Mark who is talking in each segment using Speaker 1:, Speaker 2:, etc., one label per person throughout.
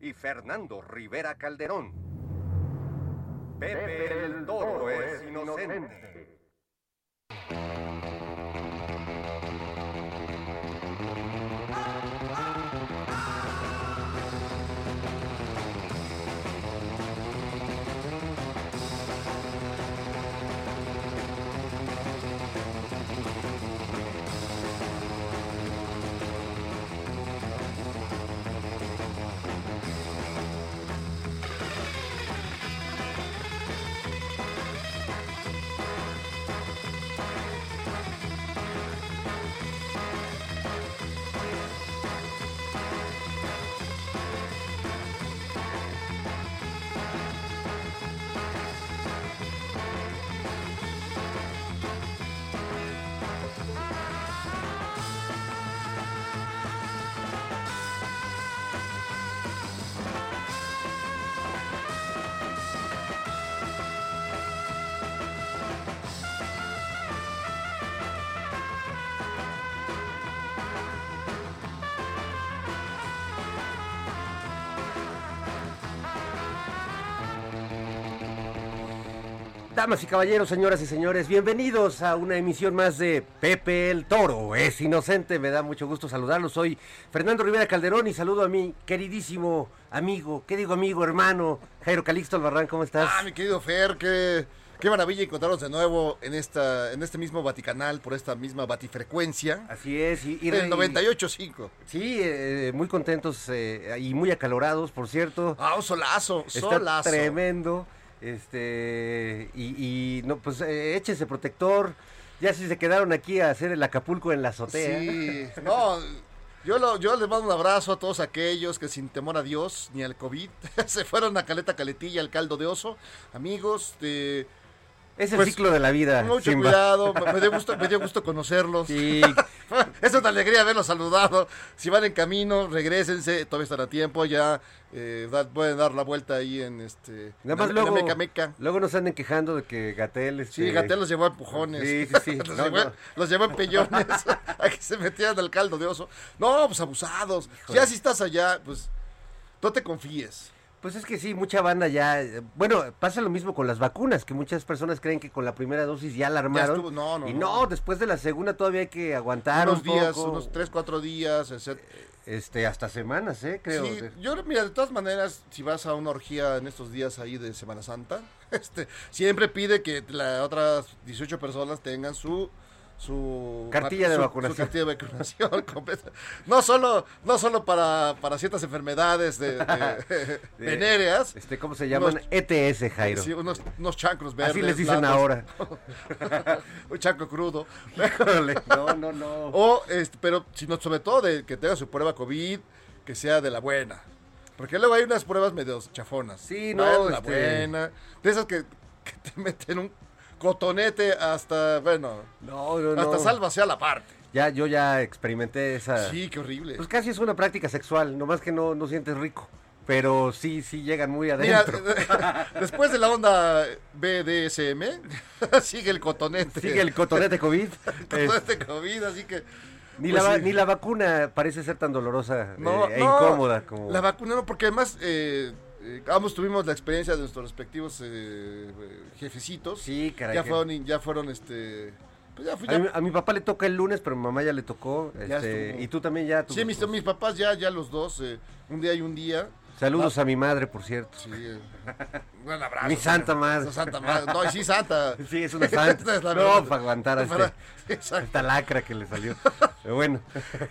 Speaker 1: y Fernando Rivera Calderón. Pepe el Toro es inocente. Damas y caballeros, señoras y señores, bienvenidos a una emisión más de Pepe el Toro. Es inocente, me da mucho gusto saludarlos. Soy Fernando Rivera Calderón y saludo a mi queridísimo amigo, ¿qué digo amigo, hermano? Jairo Calixto Albarrán, ¿cómo estás?
Speaker 2: Ah, mi querido Fer, qué, qué maravilla encontrarnos de nuevo en esta en este mismo Vaticanal, por esta misma Batifrecuencia.
Speaker 1: Así es, y, y-
Speaker 2: En el 98.5.
Speaker 1: Sí, eh, muy contentos eh, y muy acalorados, por cierto.
Speaker 2: Ah, un solazo,
Speaker 1: Está
Speaker 2: solazo.
Speaker 1: tremendo. Este, y, y, no, pues eh, échese protector. Ya si se quedaron aquí a hacer el Acapulco en la azotea.
Speaker 2: Sí,
Speaker 1: ¿eh?
Speaker 2: no, yo, lo- yo les mando un abrazo a todos aquellos que sin temor a Dios ni al COVID se fueron a Caleta Caletilla, al caldo de oso. Amigos, eh,
Speaker 1: Es el
Speaker 2: Pues,
Speaker 1: ciclo de la vida.
Speaker 2: mucho
Speaker 1: Simba.
Speaker 2: cuidado, me, me dio gusto, me dio gusto conocerlos.
Speaker 1: Sí,
Speaker 2: es una alegría haberlos saludado. Si van en camino, regresense, todavía estará a tiempo, ya eh, da- pueden dar la vuelta ahí en este
Speaker 1: nada más
Speaker 2: en la- en
Speaker 1: luego,
Speaker 2: la Meca Meca.
Speaker 1: luego nos anden quejando de que Gatel. este,
Speaker 2: Sí, Gatel los llevó a empujones.
Speaker 1: Sí, sí, sí.
Speaker 2: los,
Speaker 1: No,
Speaker 2: llevó,
Speaker 1: no.
Speaker 2: los llevó en pellones a que se metieran al caldo de oso. No, pues abusados. Ya si estás allá, pues no te confíes.
Speaker 1: Pues es que sí, mucha banda ya. eh, Bueno, pasa lo mismo con las vacunas, que muchas personas creen que con la primera dosis ya la armaron.
Speaker 2: estuvo, no, no,
Speaker 1: y no,
Speaker 2: no.
Speaker 1: después de la segunda todavía hay que aguantar
Speaker 2: unos
Speaker 1: un poco,
Speaker 2: días, unos tres, cuatro días, etc.
Speaker 1: Este, hasta semanas, ¿eh? Creo.
Speaker 2: Sí, yo mira, de todas maneras, si vas a una orgía en estos días ahí de Semana Santa, este, siempre pide que las otras 18 personas tengan su su
Speaker 1: Cartilla de
Speaker 2: su- su
Speaker 1: vacunación.
Speaker 2: cartilla de vacunación completa. No solo, no solo para, para ciertas enfermedades de, de- venéreas.
Speaker 1: Este, ¿cómo se llaman?
Speaker 2: Unos-
Speaker 1: ETS, Jairo.
Speaker 2: Sí, unos, unos chancros verdes.
Speaker 1: Así les dicen
Speaker 2: blancos.
Speaker 1: ahora.
Speaker 2: Un chancro crudo.
Speaker 1: Híjole, no, no, no.
Speaker 2: O, este, pero sino sobre todo de que tenga su prueba COVID, que sea de la buena. Porque luego hay unas pruebas medio chafonas.
Speaker 1: Sí, no,
Speaker 2: Bueno, La
Speaker 1: este-
Speaker 2: buena. De esas que, que te meten un cotonete hasta, bueno,
Speaker 1: No, no, no.
Speaker 2: hasta sálvase a la parte.
Speaker 1: Ya, yo ya experimenté esa.
Speaker 2: Sí, qué horrible.
Speaker 1: Pues casi es una práctica sexual, nomás que no, no sientes rico. Pero sí, sí llegan muy
Speaker 2: Mira, eh,
Speaker 1: adentro.
Speaker 2: después de la onda BDSM, sigue el cotonete.
Speaker 1: Sigue el cotonete COVID. Es-
Speaker 2: cotonete COVID, así que...
Speaker 1: ni,
Speaker 2: pues
Speaker 1: la, va-
Speaker 2: sí.
Speaker 1: ni la vacuna parece ser tan dolorosa
Speaker 2: No,
Speaker 1: eh, e
Speaker 2: no,
Speaker 1: incómoda como.
Speaker 2: La vacuna no, porque además eh, eh, ambos tuvimos la experiencia de nuestros respectivos eh, eh, jefecitos.
Speaker 1: Sí, caray,
Speaker 2: Ya
Speaker 1: que-
Speaker 2: fueron, in- ya fueron este, Pues ya, fui-
Speaker 1: A mi,
Speaker 2: ya-
Speaker 1: a mi papá le toca el lunes, pero a mi mamá ya le tocó.
Speaker 2: Ya
Speaker 1: este,
Speaker 2: estuvo.
Speaker 1: y tú también ya. tú-
Speaker 2: Sí, mis, mis papás ya, ya los dos, eh, un día y un día.
Speaker 1: Saludos
Speaker 2: Ah.
Speaker 1: a mi madre, por cierto.
Speaker 2: Sí, eh, un gran abrazo.
Speaker 1: Mi santa madre.
Speaker 2: No, santa madre. No, y sí, santa.
Speaker 1: Sí, es una
Speaker 2: Esta
Speaker 1: santa.
Speaker 2: es la
Speaker 1: no,
Speaker 2: verdad.
Speaker 1: para aguantar a
Speaker 2: Para-
Speaker 1: este-
Speaker 2: Exacto.
Speaker 1: esta lacra que le salió. Pero bueno,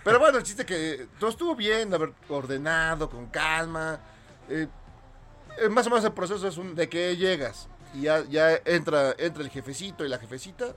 Speaker 2: Pero bueno, el chiste que todo estuvo bien, a ver, ordenado, con calma. Eh, eh, más o menos el proceso es un de que llegas y ya, ya entra, entra el jefecito y la jefecita,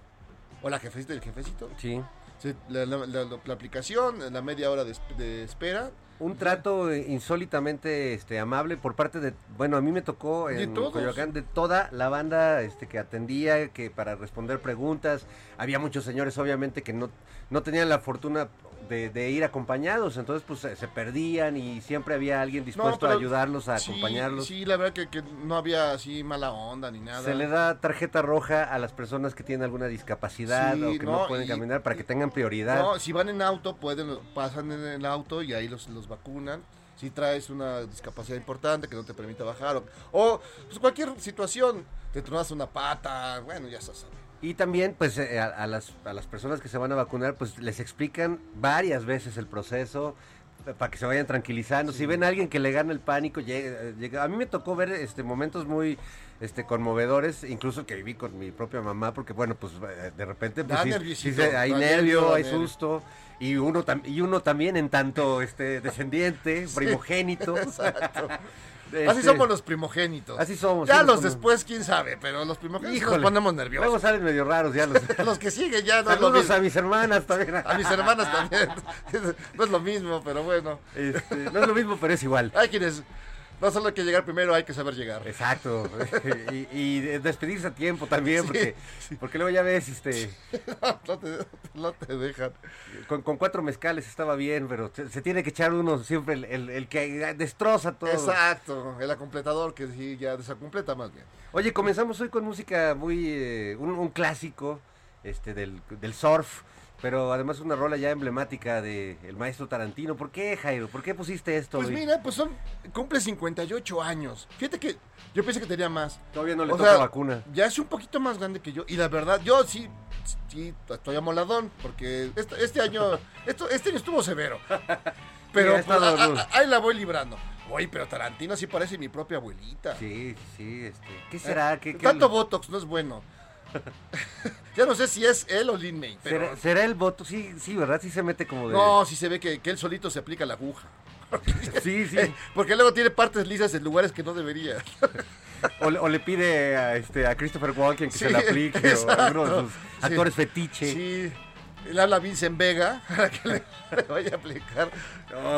Speaker 2: o la jefecita y el jefecito.
Speaker 1: sí.
Speaker 2: Sí, la, la- la- la aplicación, la media hora de, esp- de espera.
Speaker 1: Un trato insólitamente este, amable por parte de, bueno, a mí me tocó
Speaker 2: De
Speaker 1: en
Speaker 2: todos.
Speaker 1: Coyoacán de toda la banda este, que atendía, que para responder preguntas, había muchos señores obviamente que no, no tenían la fortuna de, de ir acompañados, entonces pues se, se perdían y siempre había alguien dispuesto
Speaker 2: pero-
Speaker 1: a ayudarlos, a
Speaker 2: sí,
Speaker 1: acompañarlos.
Speaker 2: Sí, la verdad que, que no había así mala onda ni nada.
Speaker 1: Se le da tarjeta roja a las personas que tienen alguna discapacidad
Speaker 2: Sí,
Speaker 1: o que no,
Speaker 2: no,
Speaker 1: pueden
Speaker 2: y-
Speaker 1: caminar para que
Speaker 2: y-
Speaker 1: tengan prioridad.
Speaker 2: No, si van en auto, pueden, pasan en el auto y ahí los, los vacunan. Si traes una discapacidad importante que no te permite bajar o, o, pues, cualquier situación, te tronas una pata, bueno, ya se sabe.
Speaker 1: Y también, pues, eh, a, a las, a las personas que se van a vacunar, pues les explican varias veces el proceso eh, para que se vayan tranquilizando. Si ven a alguien que le gana el pánico, llega, eh, llega- a mí me tocó ver este momentos muy este conmovedores, incluso que viví con mi propia mamá, porque bueno, pues eh, de repente pues,
Speaker 2: Da
Speaker 1: sí-
Speaker 2: Ah, nerviosito,
Speaker 1: sí se- hay
Speaker 2: da
Speaker 1: nervio,
Speaker 2: nervio,
Speaker 1: hay
Speaker 2: nervio.
Speaker 1: susto, y uno tam- y uno también en tanto este descendiente, primogénito. Exacto.
Speaker 2: Así somos los primogénitos.
Speaker 1: Este, así somos,
Speaker 2: Ya
Speaker 1: sí,
Speaker 2: los
Speaker 1: somos-
Speaker 2: después, quién sabe, pero los primogénitos
Speaker 1: Híjole,
Speaker 2: nos ponemos
Speaker 1: Luego
Speaker 2: nerviosos.
Speaker 1: salen medio raros ya los
Speaker 2: Los que siguen ya no es lo
Speaker 1: Saludos
Speaker 2: mismo.
Speaker 1: a mis hermanas también.
Speaker 2: A mis hermanas también. no es lo mismo, pero bueno.
Speaker 1: Este, no es lo mismo, pero es igual.
Speaker 2: Hay quienes, no solo hay que llegar primero, hay que saber llegar.
Speaker 1: Exacto. Y, y de- despedirse a tiempo también, porque, porque luego ya ves, este,
Speaker 2: no, te, no te dejan.
Speaker 1: con, con cuatro mezcales estaba bien, pero se, se tiene que echar uno siempre el, el- el que destroza todo.
Speaker 2: Exacto, el acompletador que sí, ya desacompleta más bien.
Speaker 1: Oye, comenzamos hoy con música muy, eh, un, un clásico, este, del, del surf. Pero además una rola ya emblemática de el maestro Tarantino. ¿Por qué, Jairo? ¿Por qué pusiste esto?
Speaker 2: Pues
Speaker 1: hoy?
Speaker 2: mira, pues son, cumple 58 años. Fíjate que yo pensé que tenía más.
Speaker 1: Todavía no le toca vacuna.
Speaker 2: Ya es un poquito más grande que yo. Y la verdad, yo sí, sí, estoy amoladón, porque este, este año, esto, este año estuvo severo. Pero
Speaker 1: Sí, ha
Speaker 2: pues,
Speaker 1: estado
Speaker 2: a- a-
Speaker 1: rudo.
Speaker 2: ahí la voy librando. Oye, pero Tarantino sí parece mi propia abuelita.
Speaker 1: Sí, sí, este. ¿Qué será? ¿Qué, qué-
Speaker 2: Tanto Botox no es bueno. ya no sé si es él o Lin May, pero...
Speaker 1: ¿Será, será el voto? Sí, sí, ¿verdad? Sí se mete como de...
Speaker 2: No, sí se ve que, que él solito se aplica la aguja.
Speaker 1: Sí, sí.
Speaker 2: Eh, Porque luego tiene partes lisas en lugares que no debería.
Speaker 1: O, le- o le pide a, este, a Christopher Walken que
Speaker 2: Sí,
Speaker 1: se la aplique o a alguno de sus
Speaker 2: exacto.
Speaker 1: actores
Speaker 2: Sí.
Speaker 1: fetiche.
Speaker 2: Sí. Le habla a Vincent Vega para que le, le vaya a aplicar.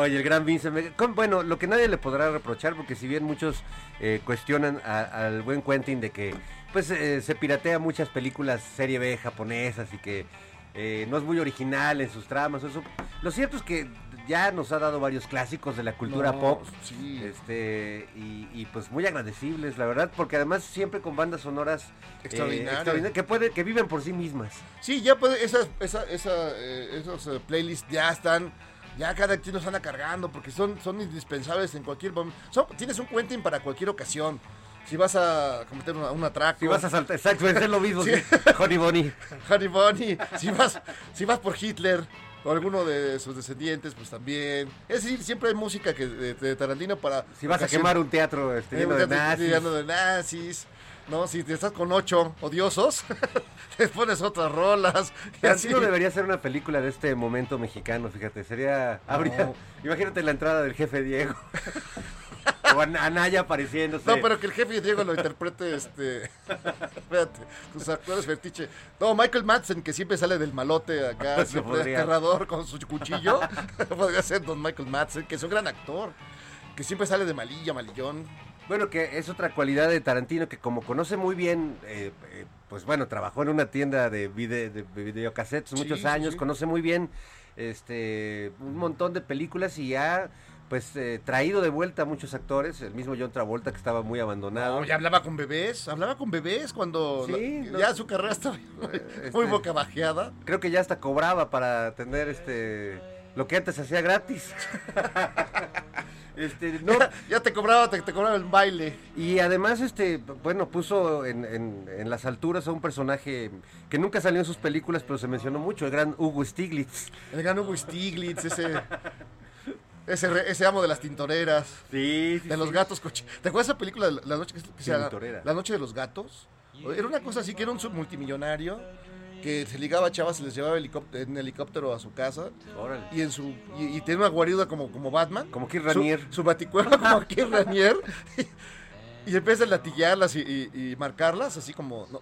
Speaker 1: Oye, el gran Vincent Vega. Con- Bueno, lo que nadie le podrá reprochar, porque si bien muchos eh, cuestionan a- al buen Quentin de que pues eh, se piratea muchas películas serie B japonesas y que eh, no es muy original en sus tramas, o eso. Lo cierto es que ya nos ha dado varios clásicos de la cultura
Speaker 2: No,
Speaker 1: pop.
Speaker 2: sí.
Speaker 1: Este, y, y, pues muy agradecibles, la verdad, porque además siempre con bandas sonoras eh,
Speaker 2: Extraordinarias.
Speaker 1: extraordinarias, que, pueden, que viven por sí mismas.
Speaker 2: Sí, ya pues esas, esa, esa, eh, esos eh, playlists ya están. Ya cada quien los anda cargando porque son, son indispensables en cualquier momento. Son- tienes un Quentin para cualquier ocasión. Si vas a cometer una- un atraco.
Speaker 1: Si vas a saltar, exacto, es lo mismo,
Speaker 2: Sí.
Speaker 1: sí, Honey Bunny.
Speaker 2: Honey Bunny, si vas, si vas por Hitler o alguno de sus descendientes, pues también. Es decir, siempre hay música que, de, de Tarantino para.
Speaker 1: Si vas a quemar un teatro este, lleno de nazis.
Speaker 2: Lleno de nazis. No, si te estás con ocho odiosos, te pones otras rolas. Y así
Speaker 1: Tarantino debería ser una película de este momento mexicano, fíjate, sería... habría- imagínate la entrada del jefe Diego. o An- Anaya apareciéndose.
Speaker 2: No, pero que el jefe Diego lo interprete, este. Espérate, tus actores fetiche. No, Michael Madsen, que siempre sale del malote acá,
Speaker 1: Sí,
Speaker 2: siempre
Speaker 1: podría.
Speaker 2: aterrador con su cuchillo. podría ser don Michael Madsen, que es un gran actor, que siempre sale de malilla, malillón.
Speaker 1: Bueno, que es otra cualidad de Tarantino que como conoce muy bien, eh, eh, pues bueno, trabajó en una tienda de, vide- de videocassettes muchos
Speaker 2: sí,
Speaker 1: años,
Speaker 2: sí.
Speaker 1: conoce muy bien este un montón de películas y ha pues eh, traído de vuelta a muchos actores, el mismo John Travolta que estaba muy abandonado.
Speaker 2: No, ya hablaba con bebés, hablaba con bebés cuando
Speaker 1: Ah. Sí,
Speaker 2: la-
Speaker 1: no.
Speaker 2: ya su carrera estaba muy,
Speaker 1: Eh, este-
Speaker 2: muy boca bajeada.
Speaker 1: Creo que ya hasta cobraba para tener este lo que antes hacía gratis. Este, no,
Speaker 2: ya te cobraba, te, te cobraba el baile.
Speaker 1: y además, este, bueno, puso en, en- en las alturas a un personaje que nunca salió en sus películas, pero se mencionó mucho, el gran Hugo Stiglitz.
Speaker 2: El gran Hugo Stiglitz, ese, ese, re- ese amo de las tintoreras.
Speaker 1: Sí,
Speaker 2: De los gatos coche. ¿Te acuerdas de esa película de La Noche que que se llama
Speaker 1: Tintorera.
Speaker 2: La Noche de los Gatos? Era una cosa así que era un sub- multimillonario que se ligaba a chavas, se les llevaba helicóp- en helicóptero a su casa
Speaker 1: Órale.
Speaker 2: y en su y, y tenía una guarida como, como Batman,
Speaker 1: Como Kid
Speaker 2: Kirk
Speaker 1: Ranier.
Speaker 2: su, su baticueva como Kid Ranier y empieza a latillarlas y, y- y marcarlas así como no,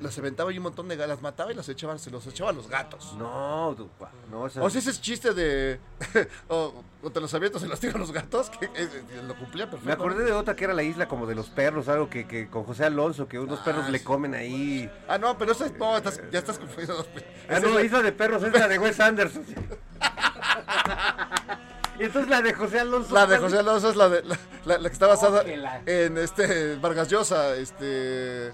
Speaker 2: las aventaba y un montón de ga- las mataba y las echaba, se los echaba a los gatos.
Speaker 1: No, du- no, o sea,
Speaker 2: O sea, ese es chiste de. o, o te los avientas y los tiran los gatos, que eh, lo cumplía perfecto.
Speaker 1: me acordé de otra que era la isla como de los perros, algo que, que con José Alonso, que unos
Speaker 2: Ah,
Speaker 1: perros le
Speaker 2: sí.
Speaker 1: comen ahí.
Speaker 2: Ah, no, pero esa es- no, estás- ya estás confundido.
Speaker 1: Ah,
Speaker 2: Esa
Speaker 1: no, la
Speaker 2: es la-
Speaker 1: isla de perros es la de Wes Anderson. Y Esta es la de José Alonso.
Speaker 2: la de José Alonso es la, de, la, la- la que está basada
Speaker 1: que la-
Speaker 2: en este Vargas Llosa, este...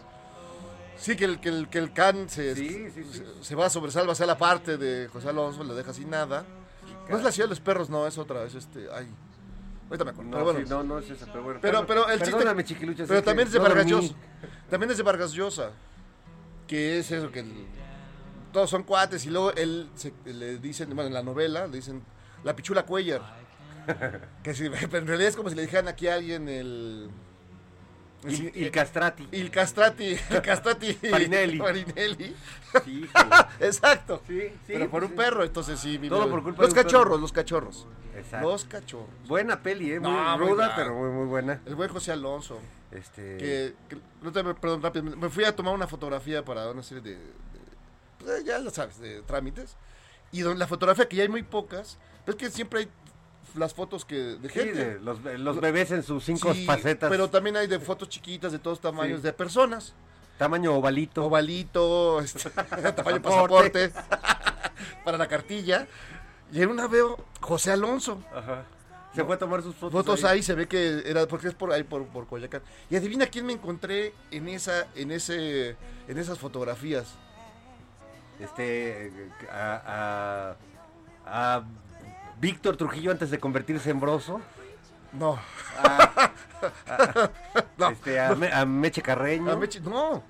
Speaker 2: Sí, que el, que el, que el can se,
Speaker 1: Sí, sí, sí.
Speaker 2: se- se va a sobresalva, hacia la parte de José Alonso, la deja sin nada. No es la ciudad de los perros, no, es otra, es este... Ay, ahorita me acuerdo,
Speaker 1: No,
Speaker 2: pero bueno.
Speaker 1: sí, no, no es esa, pero bueno.
Speaker 2: Pero, pero el chiste.
Speaker 1: Perdóname, Chiquiluchas,
Speaker 2: Pero
Speaker 1: que
Speaker 2: también es de
Speaker 1: no
Speaker 2: Vargas
Speaker 1: dormí.
Speaker 2: Llosa. También es de Vargas Llosa. Que es eso, que el- todos son cuates. Y luego él se- le dicen, bueno, en la novela le dicen la pichula Cuellar. que si- pero en realidad es como si le dijeran aquí a alguien el.
Speaker 1: Y, y el Castrati.
Speaker 2: El Castrati. El Castrati.
Speaker 1: Farinelli.
Speaker 2: Farinelli.
Speaker 1: Sí, hijo.
Speaker 2: Exacto.
Speaker 1: Sí, sí,
Speaker 2: Pero por
Speaker 1: pues
Speaker 2: un
Speaker 1: sí.
Speaker 2: perro, entonces sí. mi-
Speaker 1: Todo por culpa
Speaker 2: los
Speaker 1: de un
Speaker 2: cachorros,
Speaker 1: perro.
Speaker 2: los cachorros.
Speaker 1: Exacto.
Speaker 2: Los cachorros.
Speaker 1: Buena peli, ¿eh? Muy
Speaker 2: No, muy
Speaker 1: ruda,
Speaker 2: buena.
Speaker 1: pero muy, muy buena.
Speaker 2: El buen José Alonso.
Speaker 1: Este,
Speaker 2: que, que- no te- perdón, rápido, me fui a tomar una fotografía para una serie de, de- pues, eh, ya lo sabes, de trámites, y don- la fotografía que ya hay muy pocas, pero es que siempre hay las fotos que de
Speaker 1: sí,
Speaker 2: gente,
Speaker 1: de los, los bebés en sus cinco
Speaker 2: Sí,
Speaker 1: facetas.
Speaker 2: pero también hay de fotos chiquitas de todos tamaños,
Speaker 1: Sí.
Speaker 2: de personas,
Speaker 1: tamaño ovalito.
Speaker 2: ovalito, este, tamaño pasaporte, para la cartilla, y en una veo José Alonso,
Speaker 1: Se fue a tomar sus fotos.
Speaker 2: fotos ahí. se ve que era porque es por ahí por, por Coyacán. Y adivina quién me encontré en esa en ese en esas fotografías.
Speaker 1: Este. A. a, a Víctor Trujillo antes de convertirse en broso.
Speaker 2: No. no.
Speaker 1: Este, a, Me- a Meche Carreño.
Speaker 2: A Mechi- no.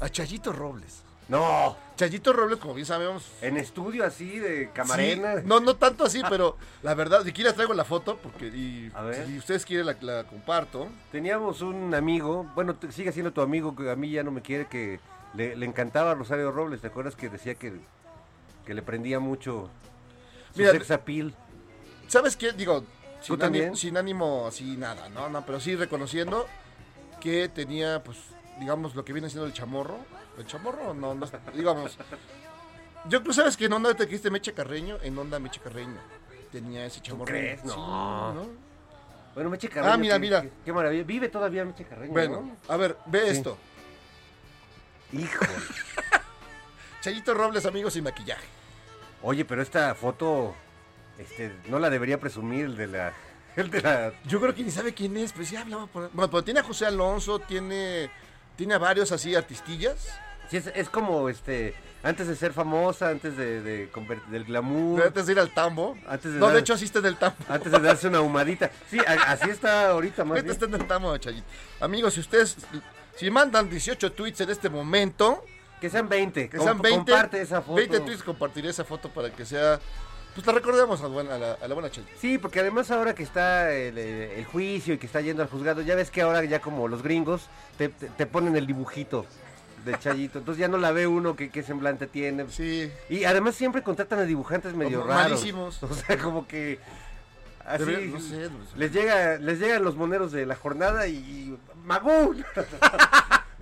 Speaker 2: A Chayito Robles.
Speaker 1: No.
Speaker 2: Chayito Robles, como bien sabemos.
Speaker 1: En estudio así de
Speaker 2: sí,
Speaker 1: camarena.
Speaker 2: no, no tanto así, pero la verdad, aquí les traigo la foto porque y,
Speaker 1: A ver.
Speaker 2: si ustedes quieren la, la comparto.
Speaker 1: Teníamos un amigo, bueno, t- sigue siendo tu amigo, que a mí ya no me quiere, que le, le encantaba a Rosario Robles. ¿Te acuerdas que decía que, que le prendía mucho su
Speaker 2: Mira,
Speaker 1: sex appeal?
Speaker 2: ¿Sabes qué? Digo, sin,
Speaker 1: también?
Speaker 2: ánimo, sin ánimo así nada, no, no, pero sí reconociendo que tenía, pues, digamos, lo que viene siendo el chamorro. ¿El chamorro? No, no, digamos. Yo creo, ¿sabes que en onda te dijiste Meche Carreño? En onda Meche Carreño. Tenía ese chamorro.
Speaker 1: crees?
Speaker 2: Sí,
Speaker 1: No. Bueno, Meche Carreño.
Speaker 2: Ah, mira,
Speaker 1: qué-
Speaker 2: mira.
Speaker 1: Qué, qué maravilla. Vive todavía Meche Carreño.
Speaker 2: Bueno, a ver, ve esto.
Speaker 1: ¿no? Hijo.
Speaker 2: Chayito Robles, amigos sin maquillaje.
Speaker 1: Oye, pero esta foto, este, no la debería presumir el de la. El de la.
Speaker 2: Yo creo que ni sabe quién es, pues ya hablaba por... Bueno, pero tiene a José Alonso, tiene, tiene a varios así artistillas.
Speaker 1: Sí, es, es como este. Antes de ser famosa, antes de, de conver- del glamour.
Speaker 2: Antes de ir al tambo.
Speaker 1: Antes de
Speaker 2: no,
Speaker 1: dar-
Speaker 2: de hecho, asisten del tambo.
Speaker 1: Antes de darse una humadita. Sí, a- así está ahorita más.
Speaker 2: Ahorita
Speaker 1: bien.
Speaker 2: están en el tamo, Chayito. Amigos, si ustedes, si mandan 18 tweets en este momento,
Speaker 1: Que sean 20.
Speaker 2: que
Speaker 1: com-
Speaker 2: sean 20,
Speaker 1: Comparte esa foto.
Speaker 2: 20 tweets compartiré esa foto para que sea, pues la recordemos a, buena- a la, a la buena Chayito.
Speaker 1: Sí, porque además ahora que está el, eh, el juicio y que está yendo al juzgado, ya ves que ahora ya como los gringos te, te- te ponen el dibujito de Chayito. Entonces ya no la ve uno que, qué semblante tiene.
Speaker 2: Sí.
Speaker 1: Y además siempre contratan a dibujantes medio
Speaker 2: Como
Speaker 1: raros.
Speaker 2: malísimos.
Speaker 1: O sea, como que así
Speaker 2: Debería- no sé, no sé.
Speaker 1: les llega les llegan los moneros de la jornada y, y Magú.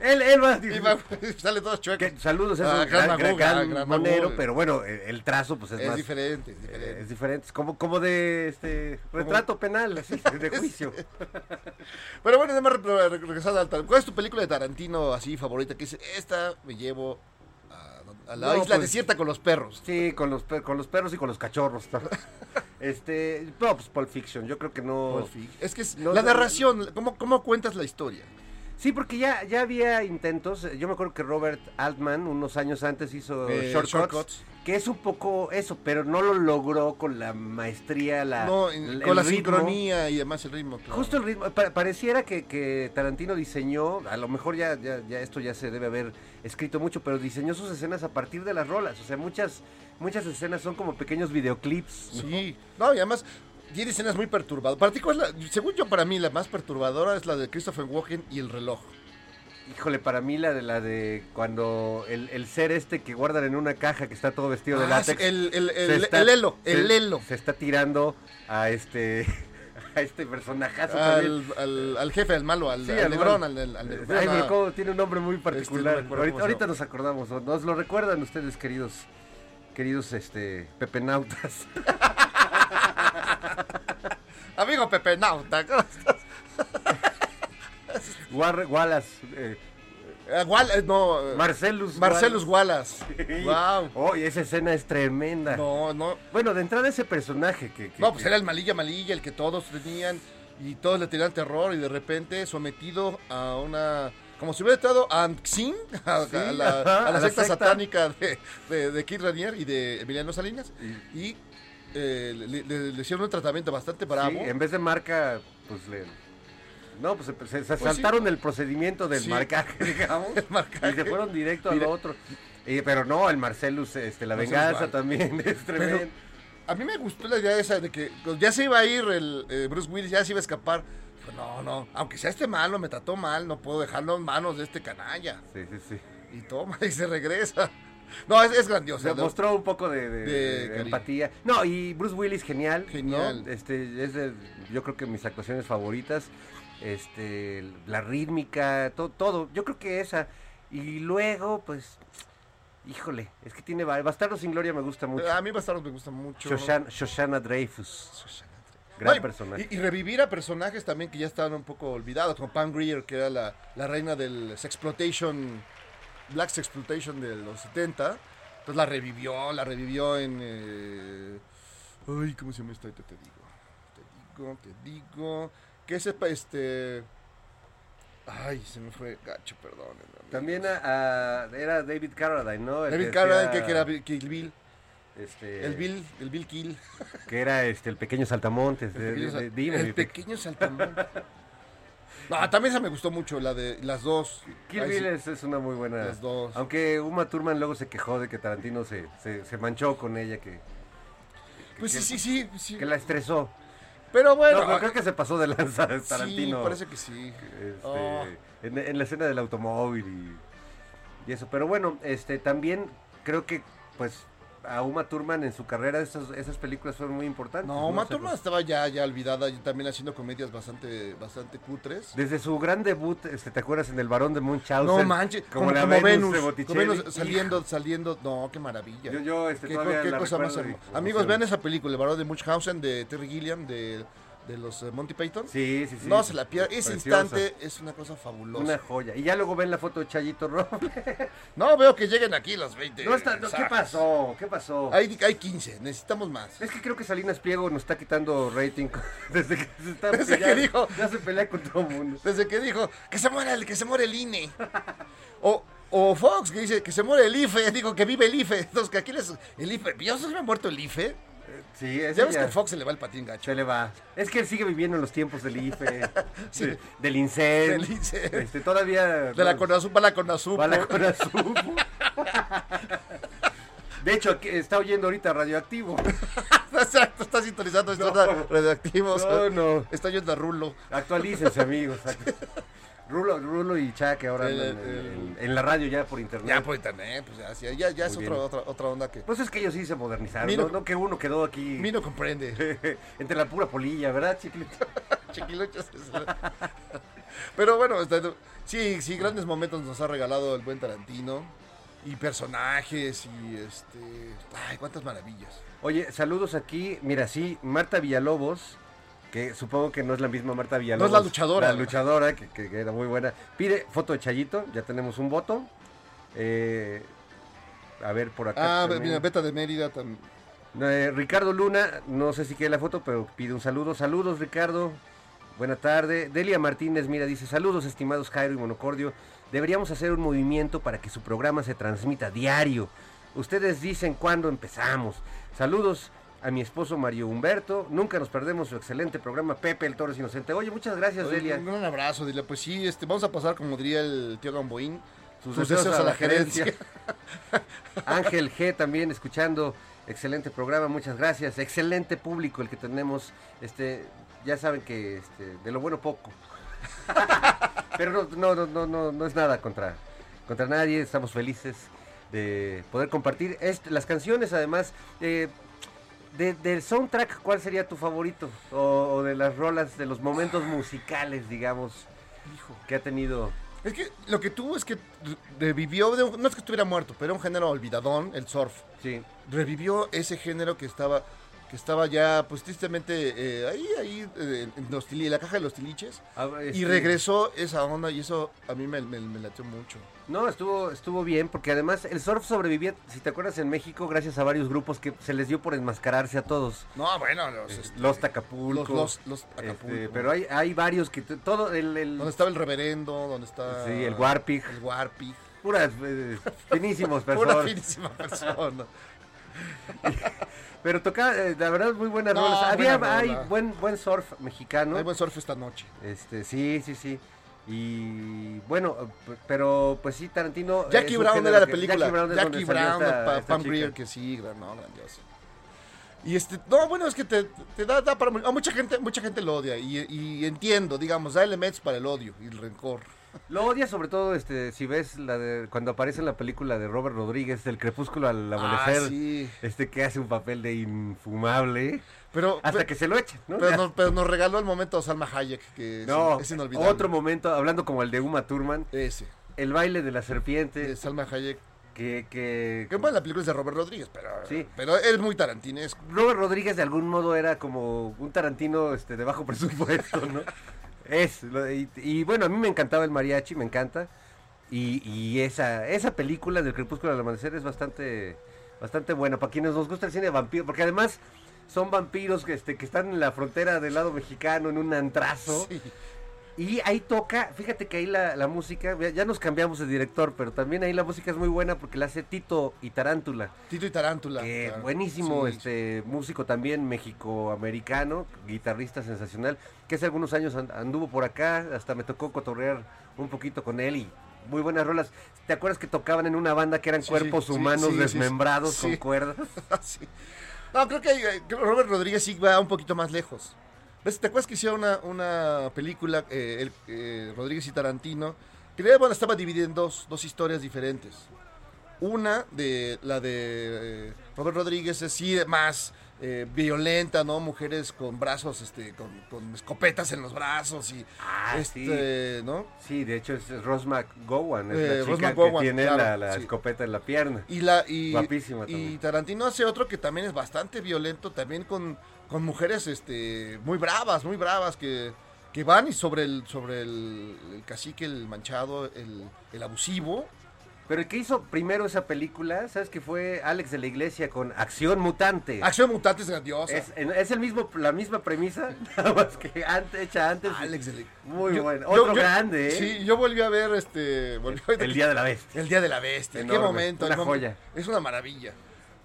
Speaker 1: él él va a
Speaker 2: Y
Speaker 1: dibujar.
Speaker 2: va- sale todo chueco.
Speaker 1: Que- saludos, es
Speaker 2: Ah,
Speaker 1: un gran,
Speaker 2: Magú,
Speaker 1: gran-
Speaker 2: gran-
Speaker 1: gran
Speaker 2: gran Magú.
Speaker 1: monero, pero bueno, el, el trazo pues es,
Speaker 2: Es
Speaker 1: más
Speaker 2: diferente, es
Speaker 1: eh,
Speaker 2: diferente.
Speaker 1: es diferente, es como, como de este retrato penal, así, de juicio.
Speaker 2: Pero bueno, además re- re- regresando al tar- ¿Cuál es tu película de Tarantino así favorita? Que dice, esta me llevo a, a la
Speaker 1: No,
Speaker 2: isla
Speaker 1: pues-
Speaker 2: desierta con los perros.
Speaker 1: Sí, con los per- con los perros y con los cachorros. ¿no? Este, no, pues Pulp Fiction, yo creo que no
Speaker 2: Es que es
Speaker 1: no-
Speaker 2: la
Speaker 1: no-
Speaker 2: narración, ¿cómo, ¿cómo cuentas la historia?
Speaker 1: Sí, porque ya, ya había intentos. eh, Yo me acuerdo que Robert Altman unos años antes hizo
Speaker 2: Eh,
Speaker 1: shortcuts,
Speaker 2: Shortcuts.
Speaker 1: que es un poco eso, pero no lo logró con la maestría, la
Speaker 2: No, en-
Speaker 1: Ah, el
Speaker 2: con la
Speaker 1: ritmo.
Speaker 2: sincronía y además el ritmo. claro.
Speaker 1: Justo el ritmo, pa- pareciera que, que Tarantino diseñó, a lo mejor ya, ya, ya esto ya se debe haber escrito mucho, pero diseñó sus escenas a partir de las rolas, o sea, muchas, muchas escenas son como pequeños videoclips. ¿no?
Speaker 2: Sí. No, y además tiene escenas muy perturbadoras. Para ti, ¿cuál es la- según yo, para mí, la más perturbadora es la de Christopher Walken y el reloj.
Speaker 1: Híjole, para mí la de la de cuando el, el ser este que guardan en una caja que está todo vestido de
Speaker 2: Ah,
Speaker 1: látex.
Speaker 2: sí, el- el-
Speaker 1: se
Speaker 2: el- el elo, el
Speaker 1: se-
Speaker 2: elo.
Speaker 1: Se está tirando a este a este personajazo
Speaker 2: Al,
Speaker 1: también.
Speaker 2: al, al jefe, al malo, al,
Speaker 1: Sí,
Speaker 2: al
Speaker 1: al
Speaker 2: negrón, al,
Speaker 1: mal.
Speaker 2: al- al negrón,
Speaker 1: Eh, Ay, pero
Speaker 2: ah,
Speaker 1: cómo tiene un nombre muy particular.
Speaker 2: me
Speaker 1: ahorita,
Speaker 2: acuerdo Este, cómo se
Speaker 1: ahorita
Speaker 2: llama.
Speaker 1: nos acordamos, o nos lo recuerdan ustedes, queridos, queridos este pepenautas.
Speaker 2: Amigo Pepe Nauta, ¿cómo estás?
Speaker 1: Warren Wallace, eh,
Speaker 2: Eh, Wal- eh, no, eh,
Speaker 1: Marcellus.
Speaker 2: Marcellus Wallace.
Speaker 1: Wow.
Speaker 2: Wow.
Speaker 1: esa escena es tremenda.
Speaker 2: No, no.
Speaker 1: Bueno, de entrada ese personaje que, que-
Speaker 2: No, pues era el malilla malilla, el que todos tenían y todos le tenían terror y de repente sometido a una... Como si hubiera estado a Xin, a,
Speaker 1: Sí,
Speaker 2: a la,
Speaker 1: ajá,
Speaker 2: a la
Speaker 1: a la
Speaker 2: secta
Speaker 1: secta.
Speaker 2: satánica de, de, de Kid Ranier y de Emiliano Salinas. Y eh, le, le- le hicieron un tratamiento bastante bravo.
Speaker 1: Sí, em, en vez de marca, pues le. No, pues se, se- se
Speaker 2: Pues sí.
Speaker 1: saltaron el procedimiento del
Speaker 2: Sí.
Speaker 1: marcaje, digamos.
Speaker 2: El marcaje.
Speaker 1: Y se fueron directo al
Speaker 2: Mira.
Speaker 1: otro. Eh, pero no, el Marcelus, este, la
Speaker 2: Marcellus
Speaker 1: venganza
Speaker 2: Val.
Speaker 1: también es tremendo.
Speaker 2: Pero a mí me gustó la idea esa de que pues, ya se iba a ir el eh, Bruce Willis, ya se iba a escapar. Dijo, no, no, aunque sea este malo, me trató mal, no puedo dejarlo en manos de este canalla.
Speaker 1: Sí, sí, sí.
Speaker 2: Y toma, y se regresa. No, es, es
Speaker 1: O
Speaker 2: grandioso.
Speaker 1: sea,
Speaker 2: ¿no?
Speaker 1: mostró un poco de, de-
Speaker 2: De
Speaker 1: de
Speaker 2: cariño.
Speaker 1: empatía. No, y Bruce Willis, genial. ¿no?
Speaker 2: Genial.
Speaker 1: Este, es de, yo creo que mis actuaciones favoritas. Este, la rítmica, to- todo. Yo creo que esa. Y luego, pues, híjole, es que tiene... va- Bastardo sin Gloria me gusta mucho.
Speaker 2: A mí Bastardos me gusta mucho.
Speaker 1: Shoshan- Shoshana Dreyfus.
Speaker 2: No,
Speaker 1: Gran
Speaker 2: y-
Speaker 1: personaje.
Speaker 2: Y, y revivir a personajes también que ya estaban un poco olvidados, como Pam Greer, que era la, la reina del sexploitation, Black Sexploitation de los 70. Entonces la revivió, la revivió en... eh, Ay, ¿cómo se llama esta? Ahorita Te, digo, te digo, te digo. Que sepa este... Ay, se me fue gacho, perdón.
Speaker 1: También a- a- era David Carradine, ¿no? El
Speaker 2: David
Speaker 1: que
Speaker 2: Carradine,
Speaker 1: hacía,
Speaker 2: que, que era Bill- que el Bill,
Speaker 1: este,
Speaker 2: el Bill, el Bill Kill.
Speaker 1: Que era este, el pequeño saltamontes. de-
Speaker 2: pequeño
Speaker 1: de-
Speaker 2: sal-
Speaker 1: de- Eh, dime, mi
Speaker 2: el
Speaker 1: pe-
Speaker 2: pequeño saltamontes. No, también esa me gustó mucho, la de las dos.
Speaker 1: Kill
Speaker 2: Ahí
Speaker 1: Bill
Speaker 2: sí.
Speaker 1: es, es una muy buena.
Speaker 2: Las dos.
Speaker 1: Aunque Uma Thurman luego se quejó de que Tarantino se, se, se manchó con ella, que,
Speaker 2: Pues sí, sí, sí. sí.
Speaker 1: que la estresó.
Speaker 2: Pero bueno, ah,
Speaker 1: No, pero creo que se pasó de lanza
Speaker 2: sí,
Speaker 1: Tarantino.
Speaker 2: parece que sí.
Speaker 1: este,
Speaker 2: Oh,
Speaker 1: en, en la escena del automóvil y, y eso. Pero bueno, este también creo que pues a Uma Thurman en su carrera esas, esas películas fueron muy importantes. O
Speaker 2: no, Uma
Speaker 1: sea, pues,
Speaker 2: Thurman estaba ya, ya olvidada, y también haciendo comedias bastante, bastante cutres.
Speaker 1: Desde su gran debut, este, ¿te acuerdas en El Barón de Munchausen?
Speaker 2: No manches,
Speaker 1: como,
Speaker 2: como,
Speaker 1: la
Speaker 2: como
Speaker 1: Venus,
Speaker 2: Venus,
Speaker 1: de
Speaker 2: como
Speaker 1: Botticelli.
Speaker 2: Venus saliendo, saliendo, no, qué maravilla.
Speaker 1: Yo- yo, este,
Speaker 2: qué,
Speaker 1: todavía
Speaker 2: qué
Speaker 1: la
Speaker 2: cosa más
Speaker 1: recuerdo y-
Speaker 2: hermosa. Amigos,
Speaker 1: emociona.
Speaker 2: vean esa película, El varón de Munchausen, de Terry Gilliam, de, de los eh, Monty Python.
Speaker 1: Sí, sí, sí.
Speaker 2: no se la pierdan, ese
Speaker 1: Preciosa.
Speaker 2: instante es una cosa fabulosa.
Speaker 1: Una joya. Y ya luego ven la foto de Chayito Robles.
Speaker 2: No veo que lleguen aquí las 20.
Speaker 1: No está, no, ¿Qué
Speaker 2: mensajes.
Speaker 1: pasó? ¿Qué pasó?
Speaker 2: Hay, hay 15, necesitamos más.
Speaker 1: Es que creo que Salinas Pliego nos está quitando rating con- desde que se está
Speaker 2: Desde
Speaker 1: ya-
Speaker 2: que dijo-
Speaker 1: Ya se pelea con todo el mundo.
Speaker 2: Desde que dijo que se muera el, que se muera el INE. O, o Fox que dice que se muere el IFE, digo que vive el IFE. Entonces, que aquí les, el IFE. ¿Ya se me ha muerto el IFE?
Speaker 1: Sí, ese
Speaker 2: Ya ves
Speaker 1: ya
Speaker 2: que a Fox se le va el patín gacho.
Speaker 1: se le va. Es que él sigue viviendo en los tiempos del IFE,
Speaker 2: Sí.
Speaker 1: de- del INSEE.
Speaker 2: Del INSEE.
Speaker 1: Este, todavía.
Speaker 2: De la
Speaker 1: no,
Speaker 2: Conazup a la Conazup.
Speaker 1: va a la Conazupo. De hecho, aquí- está oyendo ahorita radioactivo.
Speaker 2: Exacto, está sintonizando estos
Speaker 1: No.
Speaker 2: radioactivos.
Speaker 1: No, no.
Speaker 2: Está yendo a Rulo.
Speaker 1: Actualícense, amigos. Rulo, Rulo y Chac ahora
Speaker 2: El-
Speaker 1: andan en,
Speaker 2: el-
Speaker 1: en- en la radio ya por internet.
Speaker 2: Ya por internet, pues ya, sí, ya, ya es
Speaker 1: Muy
Speaker 2: otra,
Speaker 1: bien.
Speaker 2: otra, otra onda que.
Speaker 1: Pues es que ellos sí se modernizaron,
Speaker 2: Mira-
Speaker 1: ¿no? No que uno quedó aquí
Speaker 2: A mí no comprende.
Speaker 1: entre la pura polilla, ¿verdad, Chiclito?
Speaker 2: Chiquiluchas. Pero bueno, este, sí, sí, grandes momentos nos ha regalado el buen Tarantino. Y personajes y este. Ay, cuántas maravillas.
Speaker 1: Oye, saludos aquí. Mira, sí, Marta Villalobos, que supongo que no es la misma Marta Villalobos.
Speaker 2: No es la luchadora.
Speaker 1: La luchadora, que, que- que era muy buena. Pide foto de Chayito, ya tenemos un voto. Eh, a ver, por acá.
Speaker 2: Ah,
Speaker 1: también.
Speaker 2: mira, Beta de Mérida también.
Speaker 1: Eh, Ricardo Luna, no sé si quiere la foto, pero pide un saludo. Saludos, Ricardo. Buena tarde. Delia Martínez, mira, dice, saludos estimados Jairo y Monocordio. Deberíamos hacer un movimiento para que su programa se transmita diario. Ustedes dicen cuándo empezamos. Saludos a mi esposo Mario Humberto. Nunca nos perdemos su excelente programa Pepe el Torres Inocente. Oye, muchas gracias,
Speaker 2: Oye,
Speaker 1: Delia.
Speaker 2: Un gran abrazo, Delia. Pues sí, este, vamos a pasar, como diría el tío Gamboín, sus, deseos, a la, gerencia.
Speaker 1: Ángel G también escuchando. Excelente programa, muchas gracias. Excelente público el que tenemos. Este, ya saben que este, de lo bueno poco. Pero no, no, no, no, no, no es nada contra, contra nadie. Estamos felices de poder compartir este- las canciones. Además, eh, de- del soundtrack, ¿cuál sería tu favorito? O, o de las rolas, de los momentos musicales, digamos, que ha tenido.
Speaker 2: Es que lo que tuvo es que revivió, de un- no es que estuviera muerto, pero era un género olvidadón, el surf.
Speaker 1: Sí.
Speaker 2: revivió ese género que estaba que estaba ya pues tristemente eh, ahí ahí eh, en los tili- la caja de los tiliches
Speaker 1: A ver,
Speaker 2: y
Speaker 1: este-
Speaker 2: regresó esa onda y eso a mí me, me, me latió mucho
Speaker 1: No, estuvo, estuvo bien, porque además el surf sobrevivía, si te acuerdas, en México, gracias a varios grupos que se les dio por enmascararse a todos.
Speaker 2: no bueno los este,
Speaker 1: Eh, Los Tacapulcos.
Speaker 2: los- los Acapulco.
Speaker 1: pero hay, hay varios que. t- Todo el. el-
Speaker 2: donde estaba el reverendo donde está
Speaker 1: Sí, el Warpig.
Speaker 2: el warpig
Speaker 1: Puras. eh, finísimos
Speaker 2: una
Speaker 1: personas.
Speaker 2: finísima persona
Speaker 1: Pero tocaba, eh, la verdad, muy buenas
Speaker 2: No,
Speaker 1: rolas. Había
Speaker 2: buena rola.
Speaker 1: hay buen, buen surf mexicano.
Speaker 2: hay buen surf esta noche
Speaker 1: Este, sí, sí, sí. Y bueno, p- pero pues sí, Tarantino. es
Speaker 2: Jackie
Speaker 1: un
Speaker 2: Brown
Speaker 1: género
Speaker 2: era la
Speaker 1: que-
Speaker 2: película. Jackie Brown,
Speaker 1: es donde salió esta-
Speaker 2: pa-
Speaker 1: esta
Speaker 2: Pam
Speaker 1: chica.
Speaker 2: Grier, que sí, gran- no, grandioso. Y este, no, bueno, es que te, te da, da para. A mucha gente, mucha gente lo odia. Y, y entiendo, digamos, da elementos para el odio y el rencor.
Speaker 1: Lo odia sobre todo este si ves la de cuando aparece en la película de Robert Rodríguez del crepúsculo al amanecer.
Speaker 2: Ah, sí.
Speaker 1: Este que hace un papel de infumable
Speaker 2: Pero.
Speaker 1: hasta
Speaker 2: pe-
Speaker 1: que se lo echa, ¿no?
Speaker 2: pero,
Speaker 1: Ya.
Speaker 2: nos, pero nos regaló el momento Salma Hayek, que es,
Speaker 1: No,
Speaker 2: es inolvidable. Eh.
Speaker 1: otro momento hablando como el de Uma Thurman,
Speaker 2: Ese,
Speaker 1: el baile de la serpiente
Speaker 2: de Salma Hayek.
Speaker 1: que que
Speaker 2: Que bueno, la película es de Robert Rodríguez, pero.
Speaker 1: Sí.
Speaker 2: Pero es muy tarantinesco.
Speaker 1: Robert Rodríguez de algún modo era como un Tarantino este, de bajo presupuesto, ¿no? es, lo- y, y bueno, a mí me encantaba el mariachi, me encanta. Y, y esa, esa película del Crepúsculo al Amanecer es bastante, bastante buena. Para quienes nos gusta el cine de vampiro, porque además son vampiros que, este, que están en la frontera del lado mexicano, en un antrazo.
Speaker 2: Sí.
Speaker 1: Y ahí toca, fíjate que ahí la, la música, ya- ya nos cambiamos de director, pero también ahí la música es muy buena porque la hace Tito y Tarántula.
Speaker 2: Tito y Tarántula.
Speaker 1: Que
Speaker 2: claro.
Speaker 1: Eh, buenísimo
Speaker 2: Sí.
Speaker 1: este músico también mexicoamericano, guitarrista sensacional, que hace algunos años an- anduvo por acá, hasta me tocó cotorrear un poquito con él y muy buenas rolas. ¿Te acuerdas que tocaban en una banda que eran
Speaker 2: Sí,
Speaker 1: cuerpos
Speaker 2: sí,
Speaker 1: humanos
Speaker 2: sí, sí, sí.
Speaker 1: desmembrados
Speaker 2: Sí.
Speaker 1: con cuerdas?
Speaker 2: Sí. No, creo que eh, creo que Robert Rodríguez sí va un poquito más lejos. ¿Ves? ¿Te acuerdas que hicieron una, una película, eh, el- eh, Rodríguez y Tarantino? Que bueno, estaba dividida en dos, dos historias diferentes. Una de la de eh, Robert Rodríguez es sí más eh, violenta, ¿no? Mujeres con brazos, este, con, con escopetas en los brazos y
Speaker 1: Ah,
Speaker 2: este, ¿no?
Speaker 1: Sí, de hecho es Rose McGowan, es
Speaker 2: Eh,
Speaker 1: la
Speaker 2: Rose
Speaker 1: chica
Speaker 2: McGowan,
Speaker 1: que tiene
Speaker 2: claro,
Speaker 1: la, la
Speaker 2: sí.
Speaker 1: escopeta en la pierna.
Speaker 2: Y la y,
Speaker 1: Guapísima
Speaker 2: y
Speaker 1: también.
Speaker 2: Tarantino hace otro que también es bastante violento, también con, con mujeres este muy bravas, muy bravas que, que van y sobre el sobre el, el cacique, el manchado, el, el abusivo.
Speaker 1: Pero el que hizo primero esa película, ¿sabes que fue Alex de la Iglesia con Acción Mutante?
Speaker 2: Acción mutante es grandiosa.
Speaker 1: Es, en- es el mismo, la misma premisa, nada más que antes, hecha antes.
Speaker 2: Alex de la-
Speaker 1: Muy
Speaker 2: Ah, Yo-
Speaker 1: bueno.
Speaker 2: yo-
Speaker 1: Otro
Speaker 2: yo-
Speaker 1: grande, ¿eh?
Speaker 2: Sí, yo volví a ver este volví a ver-
Speaker 1: El Día de la Bestia.
Speaker 2: El Día de la bestia. ¿En qué
Speaker 1: Enorme,
Speaker 2: momento?
Speaker 1: una
Speaker 2: El mom-
Speaker 1: joya.
Speaker 2: Es una maravilla.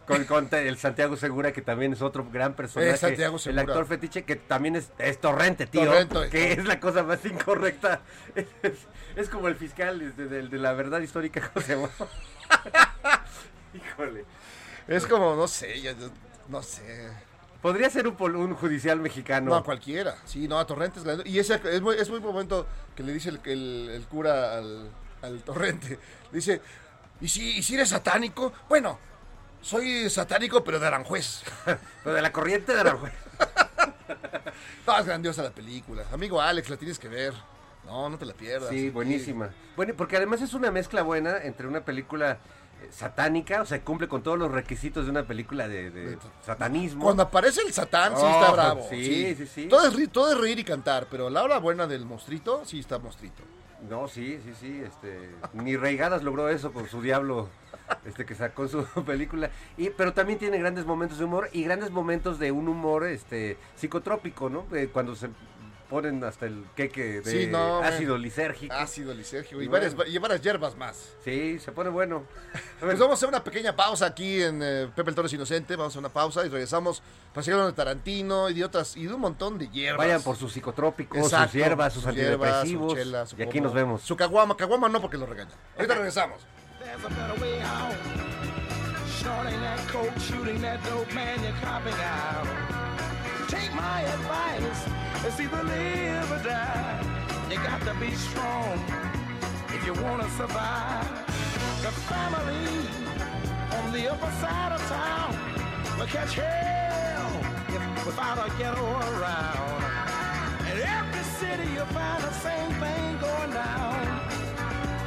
Speaker 1: Con, con te- el Santiago Segura, que también es otro gran personaje.
Speaker 2: Eh, Santiago Segura.
Speaker 1: El actor fetiche, que también es, es Torrente, tío.
Speaker 2: Torrente.
Speaker 1: que es la cosa más incorrecta. Es, es- es como el fiscal este, del- de, la verdad histórica, José Híjole.
Speaker 2: Es como no sé, ya- ya- no sé.
Speaker 1: Podría ser un, pol- un judicial mexicano.
Speaker 2: No, a cualquiera. Sí, no, a Torrente es grande. Y ese, es muy, es muy momento que le dice el, el- el cura al, al Torrente. Le dice, ¿y si, ¿y si eres satánico? Bueno, soy satánico, pero de Aranjuez.
Speaker 1: Pero de la corriente de Aranjuez.
Speaker 2: no, es grandiosa la película. Amigo Alex, la tienes que ver. No, no te la pierdas.
Speaker 1: Sí, buenísima. Bueno, porque además es una mezcla buena entre una película eh, satánica, o sea, cumple con todos los requisitos de una película de, de satanismo.
Speaker 2: Cuando aparece el satán, sí
Speaker 1: Oh,
Speaker 2: está bravo.
Speaker 1: sí, sí, sí.
Speaker 2: Todo es, ri- todo es reír y cantar, pero la hora buena del monstruito, sí está monstruito.
Speaker 1: No, sí, sí, sí, este, ni Reigadas logró eso con su diablo, este, que sacó su película, y, pero también tiene grandes momentos de humor y grandes momentos de un humor, este, psicotrópico, ¿no? Eh, cuando se ponen hasta el queque de
Speaker 2: Sí, no, Ah, güey.
Speaker 1: ácido lisérgico.
Speaker 2: Ácido lisérgico y,
Speaker 1: Y
Speaker 2: varias,
Speaker 1: bueno.
Speaker 2: y varias hierbas más.
Speaker 1: Sí, se pone bueno. A ver,
Speaker 2: Pues vamos a hacer una pequeña pausa aquí en eh, Pepe el Torres Inocente. Vamos a una pausa y regresamos para seguir hablando de Tarantino y de otras y de un montón de hierbas.
Speaker 1: vayan por sus psicotrópicos, sus
Speaker 2: Exacto,
Speaker 1: hierbas, sus,
Speaker 2: hierbas,
Speaker 1: antidepresivos.
Speaker 2: su chela, su
Speaker 1: y aquí
Speaker 2: pomo.
Speaker 1: nos vemos.
Speaker 2: Su caguama, caguama no porque lo regañan. Ahorita regresamos.
Speaker 3: There's a better way out. Snorting that coke, shooting that dope man, you're copping out. Take my advice, it's either live or die. You got to be strong if you want to survive. The family on the upper side of town will catch hell if, without a ghetto around. In every city you'll find the same thing going down.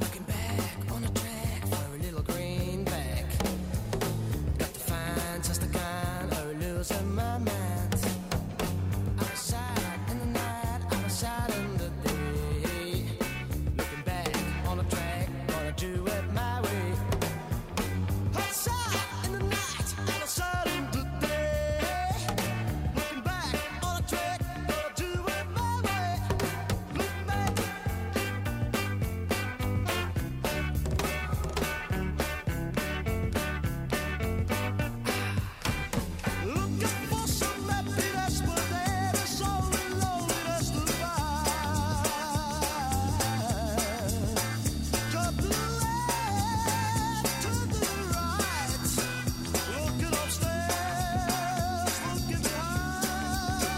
Speaker 4: Looking back on the track for a little greenback. Got to find just the kind of losing my mind. Outside in the night, outside in the day. Looking back on the track, gonna do it my way. Outside in the night, outside in the day. Looking back on the track, gonna do it my way. Looking back. Looking for somebody that's what that is all alone that's the right Got the left to the right Looking upstairs, looking behind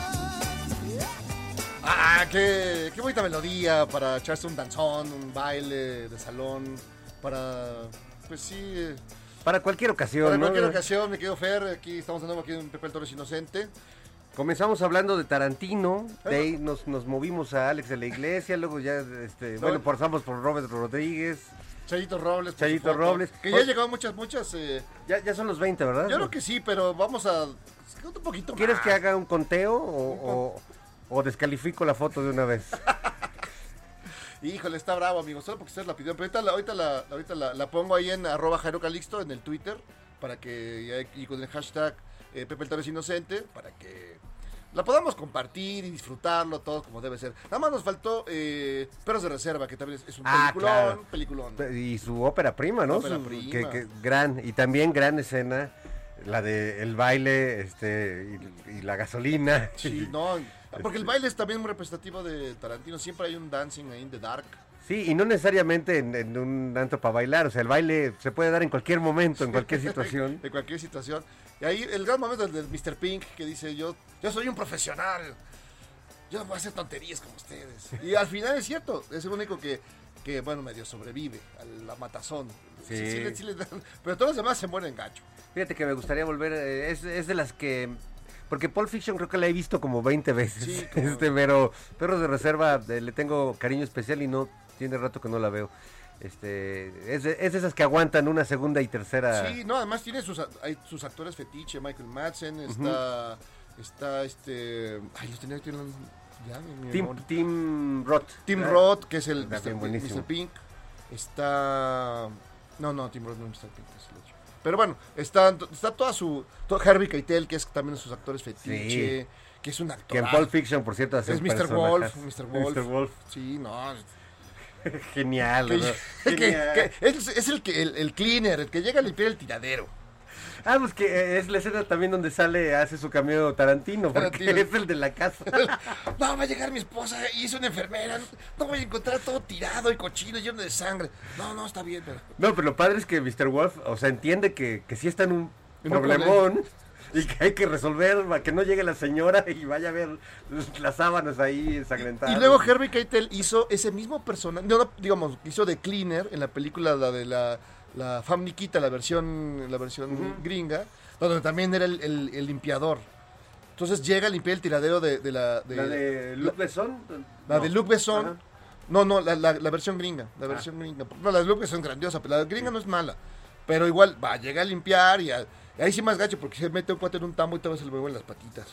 Speaker 2: Ah, qué, qué bonita melodía para echarse un danzón, un baile de salón, para... Pues sí, eh,
Speaker 1: Para cualquier ocasión,
Speaker 2: para
Speaker 1: ¿no?
Speaker 2: cualquier ocasión, mi querido Fer, aquí estamos de nuevo aquí en Pepe el Torres Inocente.
Speaker 1: Comenzamos hablando de Tarantino, de ahí nos, nos movimos a Alex de la Iglesia, luego ya, este, bueno, pasamos por Robert Rodríguez,
Speaker 2: Chayito Robles. por
Speaker 1: Chayito
Speaker 2: supuesto,
Speaker 1: Robles.
Speaker 2: Que ya
Speaker 1: Oye.
Speaker 2: llegado muchas, muchas... eh,
Speaker 1: ya, ya son los 20, ¿verdad?
Speaker 2: yo creo que Ah. sí, pero vamos a... Un poquito
Speaker 1: ¿Quieres
Speaker 2: más.
Speaker 1: que haga un conteo o, o- o descalifico la foto de una vez?
Speaker 2: Híjole, está bravo, amigos. Solo porque ustedes la pidieron. Pero ahorita la, ahorita la, ahorita la, la pongo ahí en arroba Jairo Calixto en el Twitter. Para que. Y con el hashtag eh, Pepe el Torres Inocente. Para que la podamos compartir y disfrutarlo todo como debe ser. Nada más nos faltó eh, Perros de Reserva, que también es, es un
Speaker 1: Ah,
Speaker 2: peliculón.
Speaker 1: claro.
Speaker 2: peliculón.
Speaker 1: Y su ópera prima, ¿no?
Speaker 2: Ópera
Speaker 1: Su-
Speaker 2: prima.
Speaker 1: que- que gran, y también gran escena, la de el baile, este, y, y la gasolina.
Speaker 2: Sí, no. Porque el baile es también muy representativo de Tarantino. Siempre hay un dancing ahí in the dark.
Speaker 1: Sí, y no necesariamente en, en un antro para bailar, o sea, el baile se puede dar en cualquier momento, en cualquier situación.
Speaker 2: De cualquier situación. Y ahí el gran momento del Mr. Pink que dice, yo, yo soy un profesional. Yo no voy a hacer tonterías como ustedes. Y al final es cierto, es el único que, que bueno, medio sobrevive a la matazón.
Speaker 1: Sí.
Speaker 2: le- le dan- pero todos los demás se mueren gacho.
Speaker 1: Fíjate que me gustaría volver, eh, es, es de las que... Porque Pulp Fiction creo que la he visto como 20 veces.
Speaker 2: Sí, como-
Speaker 1: Este, pero Perros de Reserva eh, le tengo cariño especial y no tiene rato que no la veo. Este, es, de, es de esas que aguantan una segunda y tercera.
Speaker 2: Sí, no, además tiene sus, a- hay sus actores fetiche, Michael Madsen, está, está este... Ay, los tenía que tener ya, mi- mi
Speaker 1: Tim,
Speaker 2: memoria.
Speaker 1: Tim Roth.
Speaker 2: Tim
Speaker 1: Ah,
Speaker 2: Roth, que es el
Speaker 1: Está
Speaker 2: Mr.
Speaker 1: bien
Speaker 2: Pi-
Speaker 1: buenísimo.
Speaker 2: Mr. Pink. Está. No, no, Tim Roth no es Mr. Pink, es el otro. Pero bueno, está, está toda su. todo Harvey Keitel, que es también de sus actores fetiche, que es un
Speaker 1: Que
Speaker 2: actor.
Speaker 1: en Pulp Fiction, por cierto, hace
Speaker 2: Ah. es
Speaker 1: un
Speaker 2: Mr. Wolf,
Speaker 1: personajazo.
Speaker 2: Mr. Wolf.
Speaker 1: Mr. Wolf.
Speaker 2: Sí, no.
Speaker 1: Genial.
Speaker 2: que-
Speaker 1: ¿no?
Speaker 2: que-
Speaker 1: Genial.
Speaker 2: que- es, es el, que, el, el cleaner, el que llega a limpiar el tiradero.
Speaker 1: Ah, pues que eh, es la escena también donde sale, hace su cameo Tarantino, porque
Speaker 2: Tarantino.
Speaker 1: es el de la casa.
Speaker 2: No, va a llegar mi esposa y es una enfermera. No, no voy a encontrar todo tirado y cochino y lleno de sangre. No, no, está bien, pero.
Speaker 1: No, pero lo padre es que Mr. Wolf, o sea, entiende que, que sí está en un
Speaker 2: En un
Speaker 1: problemón y que hay que resolver para que no llegue la señora y vaya a ver las sábanas ahí ensangrentadas.
Speaker 2: Y luego Harvey Keitel hizo ese mismo personaje, no, no, digamos, hizo de Cleaner en la película la de la, la Fam Nikita, la versión, la versión gringa. donde también era el, el- el limpiador. Entonces llega a limpiar el tiradero de, de la... de-
Speaker 1: La de Luke Besson.
Speaker 2: la de
Speaker 1: No.
Speaker 2: Luke Besson.
Speaker 1: Ajá.
Speaker 2: No, no, la, la- la versión gringa. La versión gringa. No, la de Luke Besson es grandiosa, pero la gringa no es mala. Pero igual, va, llega a limpiar y, a- y ahí sí más gacho porque se mete un cuate en un tambo y te vas el huevo en las patitas.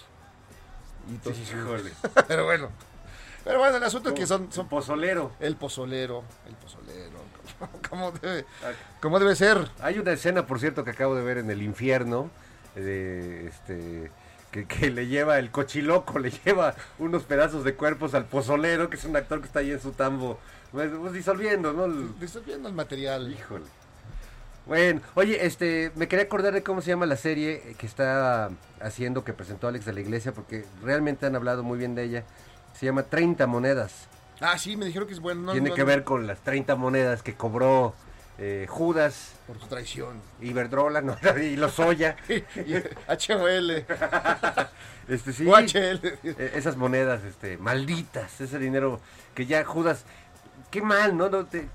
Speaker 2: Y entonces,
Speaker 1: Híjole.
Speaker 2: pero bueno. Pero bueno, el asunto es que son, son
Speaker 1: Pozolero.
Speaker 2: el pozolero, el pozolero, como debe, como debe ser.
Speaker 1: Hay una escena, por cierto, que acabo de ver en el infierno, de, este, que, que le lleva el cochiloco, le lleva unos pedazos de cuerpos al pozolero, que es un actor que está ahí en su tambo, pues, pues, disolviendo, ¿no? El-
Speaker 2: Te estás viendo el material.
Speaker 1: Híjole. Bueno, oye, este, me quería acordar de cómo se llama la serie eh, que está haciendo, que presentó Alex de la Iglesia, porque realmente han hablado muy bien de ella. Se llama 30 monedas.
Speaker 2: Ah, sí, me dijeron que es bueno. no,
Speaker 1: Tiene
Speaker 2: no,
Speaker 1: que
Speaker 2: no,
Speaker 1: ver con las 30 monedas que cobró eh, Judas,
Speaker 2: Por tu traición.
Speaker 1: Iberdrola, no, y Lozoya.
Speaker 2: Y- HOL,
Speaker 1: Este, sí.
Speaker 2: UHL.
Speaker 1: Eh, Esas monedas, este, malditas, ese dinero que ya Judas, qué mal, ¿no? No te-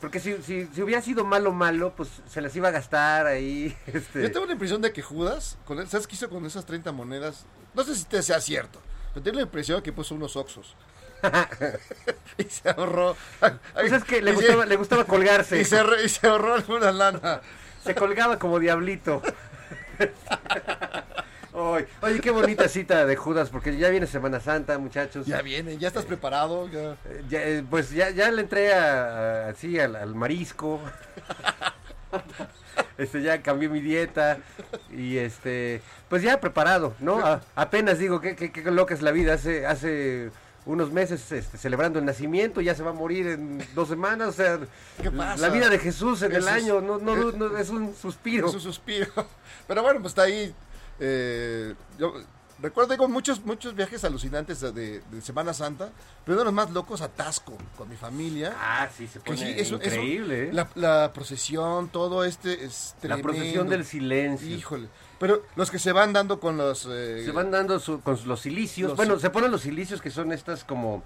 Speaker 1: porque si, si, si hubiera sido malo, malo, pues se las iba a gastar ahí, este,
Speaker 2: Yo tengo la impresión de que Judas, con, ¿sabes qué hizo con esas 30 monedas? No sé si te sea cierto, pero tengo la impresión de que puso unos oxos. y se ahorró.
Speaker 1: pues es que le
Speaker 2: Y se-
Speaker 1: gustaba, le gustaba colgarse,
Speaker 2: Y se, ahorró- y se ahorró alguna lana.
Speaker 1: se colgaba como diablito. Ay, oye, qué bonita cita de Judas, porque ya viene Semana Santa, muchachos.
Speaker 2: Ya viene, ya estás preparado. ya.
Speaker 1: Eh, ya, eh, pues ya, ya le entré a- a- así al, al marisco. Este, ya cambié mi dieta y este, pues ya preparado, ¿no? A- apenas digo que, que, que loca es la vida. Hace, hace unos meses este, celebrando el nacimiento, ya se va a morir en dos semanas. O sea,
Speaker 2: ¿Qué pasa? Eh,
Speaker 1: la vida de Jesús en el
Speaker 2: Eso es-
Speaker 1: año no, no, no, no, es un suspiro.
Speaker 2: Es un suspiro. Pero bueno, pues está ahí. eh, yo recuerdo con muchos, muchos viajes alucinantes de, de Semana Santa, pero uno de los más locos atasco con mi familia.
Speaker 1: Ah, sí, se
Speaker 2: Que
Speaker 1: pone
Speaker 2: sí, eso- eso-
Speaker 1: increíble. ¿eh?
Speaker 2: la, la procesión, todo este es
Speaker 1: La
Speaker 2: tremendo.
Speaker 1: procesión del silencio.
Speaker 2: Híjole. Pero los que se van dando con los... eh,
Speaker 1: Se van dando su- con los silicios.
Speaker 2: Los-
Speaker 1: bueno, se ponen los silicios que son estas como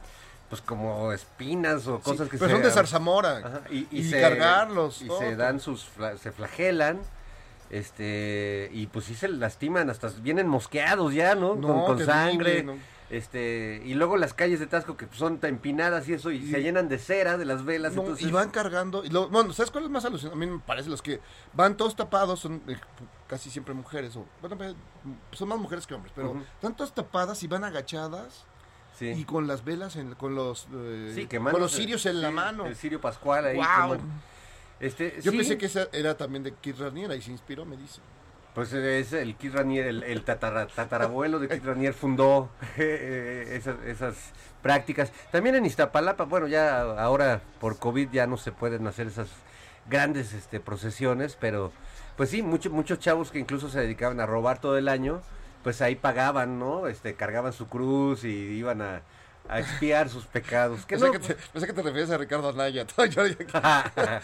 Speaker 1: pues como espinas o
Speaker 2: sí,
Speaker 1: cosas que
Speaker 2: pero
Speaker 1: se-
Speaker 2: son de zarzamora.
Speaker 1: Ajá,
Speaker 2: y,
Speaker 1: se-
Speaker 2: cargarlos.
Speaker 1: Y
Speaker 2: ¿no?
Speaker 1: se dan sus fla- se flagelan. Este, y pues sí se lastiman, hasta vienen mosqueados ya, ¿no?
Speaker 2: No,
Speaker 1: con con
Speaker 2: terrible,
Speaker 1: sangre.
Speaker 2: no.
Speaker 1: Este, y luego las calles de Tasco que son tan empinadas y eso, y, se llenan de cera de las velas.
Speaker 2: No,
Speaker 1: entonces,
Speaker 2: y van cargando. Y lo- bueno, ¿sabes cuál es más alucinante? A mí me parece los que van todos tapados, son eh, casi siempre mujeres. O, bueno, pues, son más mujeres que hombres, pero
Speaker 1: Ujú.
Speaker 2: están todas tapadas y van agachadas
Speaker 1: sí.
Speaker 2: y con las velas, en, con los eh,
Speaker 1: Sí,
Speaker 2: con los
Speaker 1: quemándose.
Speaker 2: cirios en la
Speaker 1: Sí,
Speaker 2: mano.
Speaker 1: El cirio pascual ahí.
Speaker 2: Guau.
Speaker 1: quemando. Este,
Speaker 2: Yo
Speaker 1: sí.
Speaker 2: pensé que esa era también de Kid Raniera y se inspiró, me dice.
Speaker 1: Pues eh, es el Kid Ranier, el, el tatara- tatarabuelo de Kid Ranier fundó eh, esas, esas prácticas. También en Iztapalapa, bueno, ya ahora por COVID ya no se pueden hacer esas grandes este, procesiones, pero pues sí, mucho- muchos chavos que incluso se dedicaban a robar todo el año, pues ahí pagaban, ¿no? Este, cargaban su cruz y iban a, a expiar sus pecados. Que
Speaker 2: Pensé,
Speaker 1: no-
Speaker 2: que te, pensé que te refieres a Ricardo Anaya. todo yo- ya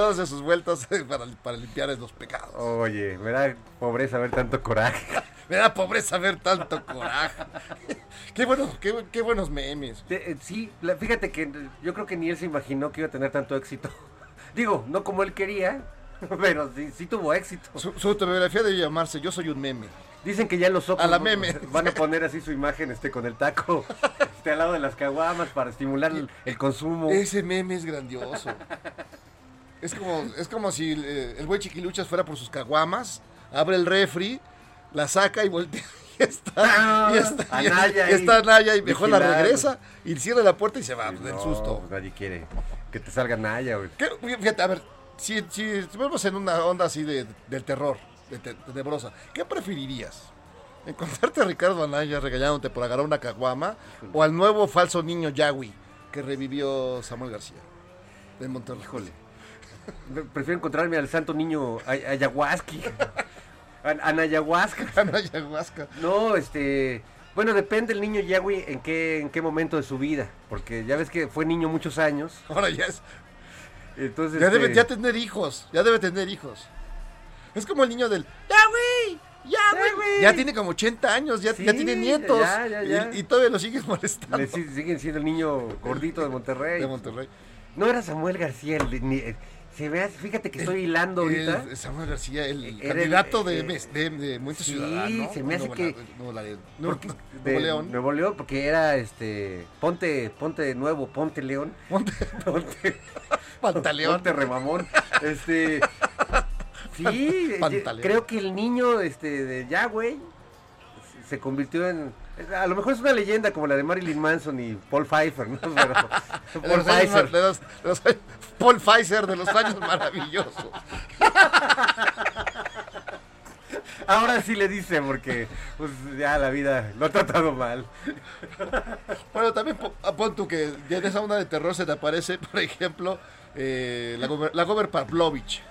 Speaker 2: dándose sus vueltas eh, para, para limpiar los pecados.
Speaker 1: Oye, me da pobreza ver tanto coraje.
Speaker 2: Me da pobreza ver tanto coraje. qué, buenos, qué, bu- qué buenos memes.
Speaker 1: Te- eh, sí, la- fíjate que eh, yo creo que ni él se imaginó que iba a tener tanto éxito. Digo, no como él quería, pero sí, sí tuvo éxito.
Speaker 2: Su, su autobiografía debe llamarse Yo soy un meme.
Speaker 1: Dicen que ya los ojos
Speaker 2: A la meme.
Speaker 1: van a poner así su imagen este con el taco este, al lado de las caguamas para estimular el, el consumo.
Speaker 2: Ese meme es grandioso. Es como, es como si eh, el güey chiquiluchas fuera por sus caguamas, abre el refri, la saca y voltea. Y está, y está, y está-
Speaker 1: Ah, Anaya
Speaker 2: y
Speaker 1: ahí,
Speaker 2: está Anaya y mejor la
Speaker 1: vigilando.
Speaker 2: regresa y cierra la puerta y se va
Speaker 1: Y
Speaker 2: del
Speaker 1: no,
Speaker 2: susto.
Speaker 1: pues nadie quiere que te salga Naya, güey.
Speaker 2: ¿Qué? Fíjate, a ver, si, si estuvimos en una onda así de, del terror, de, te- tenebrosa, ¿qué preferirías? ¿Encontrarte a Ricardo Anaya regañándote por agarrar una caguama o al nuevo falso niño Yagui que revivió Samuel García de Monterrey? Híjole.
Speaker 1: Pre- Prefiero encontrarme al santo niño ay- ayahuasqui. An- Anayahuasca.
Speaker 2: ayahuasca.
Speaker 1: No, este. Bueno, depende el niño Yahweh en qué, en qué momento de su vida. Porque ya ves que fue niño muchos años.
Speaker 2: Ahora ya es.
Speaker 1: Entonces.
Speaker 2: Ya
Speaker 1: este,
Speaker 2: debe ya tener hijos. Ya debe tener hijos. Es como el niño del Yagui. Yagui.
Speaker 1: Yagui.
Speaker 2: Ya tiene como 80 años. Ya, ya
Speaker 1: Sí,
Speaker 2: tiene nietos.
Speaker 1: ya, ya, ya.
Speaker 2: Y, y todavía lo sigues molestando.
Speaker 1: le si- siguen siendo el niño gordito de Monterrey.
Speaker 2: De Monterrey.
Speaker 1: No era Samuel García el, ni- eh, Se ve, fíjate que estoy hilando ahorita.
Speaker 2: El- Samuel García, el
Speaker 1: Era el-
Speaker 2: candidato de,
Speaker 1: eh,
Speaker 2: MS de, de Movimiento
Speaker 1: sí,
Speaker 2: Ciudadano.
Speaker 1: se me hace
Speaker 2: Nuevo
Speaker 1: que-
Speaker 2: La- Nuevo La- Nuevo-
Speaker 1: Porque- de
Speaker 2: Nuevo León.
Speaker 1: Nuevo León, porque era este. Ponte, ponte de nuevo, ponte León.
Speaker 2: Ponte-
Speaker 1: Ponte,
Speaker 2: Pantaleón.
Speaker 1: ponte remamón. Este. Sí, eh,
Speaker 2: Pantaleón.
Speaker 1: creo que el niño este, de Yahweh se convirtió en. A lo mejor es una leyenda como la de Marilyn Manson y Paul Pfeiffer, ¿no? Pero,
Speaker 2: De los
Speaker 1: Paul
Speaker 2: años
Speaker 1: Pfeiffer.
Speaker 2: mar- de los- de los años- Paul Pfizer de los años maravillosos.
Speaker 1: Ahora sí le dice, porque pues, ya la vida lo ha tratado mal.
Speaker 2: Bueno, también po- ah, pon tú que ya en esa onda de terror se te aparece, por ejemplo, eh, la, gober, la Gober Pavlovich.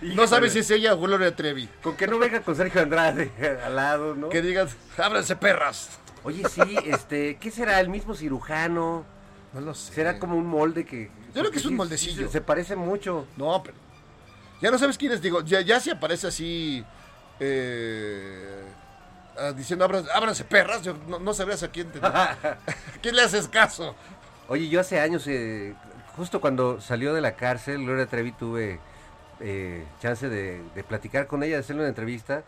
Speaker 2: No
Speaker 1: Híjole.
Speaker 2: sabes si es ella o Gloria Trevi.
Speaker 1: Con que no venga con Sergio Andrade al lado, ¿no?
Speaker 2: Que digas, ábranse perras.
Speaker 1: Oye, sí, este, ¿qué será? ¿El mismo cirujano?
Speaker 2: No lo sé.
Speaker 1: ¿Será como un molde que...?
Speaker 2: Yo creo que es un
Speaker 1: sí,
Speaker 2: moldecillo.
Speaker 1: sí, Se, se parece mucho.
Speaker 2: No, pero. Ya no sabes quién es, digo, ya, ya si aparece así. eh, ah, diciendo, ábranse, ábranse perras, yo no, no sabrías a quién te. ¿A quién le haces caso?
Speaker 1: Oye, yo hace años, eh, justo cuando salió de la cárcel, Gloria Trevi tuve eh, chance de, de platicar con ella, de hacerle una entrevista.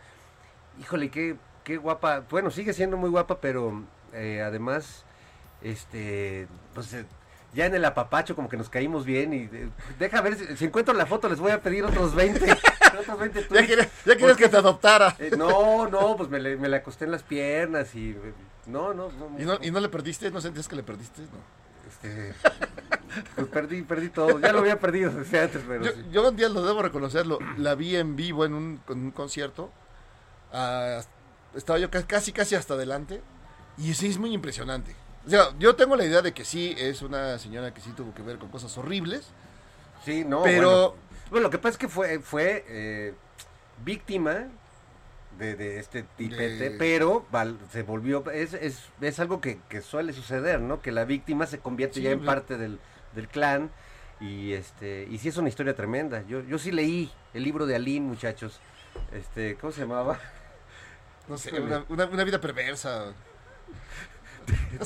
Speaker 1: Híjole, qué, qué guapa. Bueno, sigue siendo muy guapa, pero eh, además, este, pues eh, ya en el apapacho como que nos caímos bien y eh, deja ver, si, si encuentro la foto les voy a pedir otros 20. otros 20
Speaker 2: Ya
Speaker 1: tweets.
Speaker 2: querías, ya querías que te adoptara.
Speaker 1: Eh, no, no, pues me, le- me la acosté en las piernas y... eh, No, no, no.
Speaker 2: ¿Y no, ¿Y no le perdiste? ¿No sentías que le perdiste? No.
Speaker 1: este, pues perdí, perdí todo. Ya lo había perdido desde antes, pero
Speaker 2: Yo,
Speaker 1: sí.
Speaker 2: yo un día lo debo reconocerlo. La vi en vivo en un, en un concierto. Ah, estaba yo ca- casi, casi hasta adelante. Y sí, es muy impresionante. O sea, yo tengo la idea de que sí, es una señora que sí tuvo que ver con cosas horribles.
Speaker 1: Sí, no,
Speaker 2: pero-
Speaker 1: Bueno, Bueno, lo que pasa es que fue, fue eh, víctima de, de este tipete,
Speaker 2: De-
Speaker 1: pero val- se volvió... Es, es, es algo que, que suele suceder, ¿no? Que la víctima se convierte
Speaker 2: Sí,
Speaker 1: ya en
Speaker 2: pues-
Speaker 1: parte del, del clan. Y este y sí es una historia tremenda. Yo, yo sí leí el libro de Aline, muchachos. Este, ¿cómo se llamaba?
Speaker 2: No sé,
Speaker 1: Híjole.
Speaker 2: una, una- una vida perversa.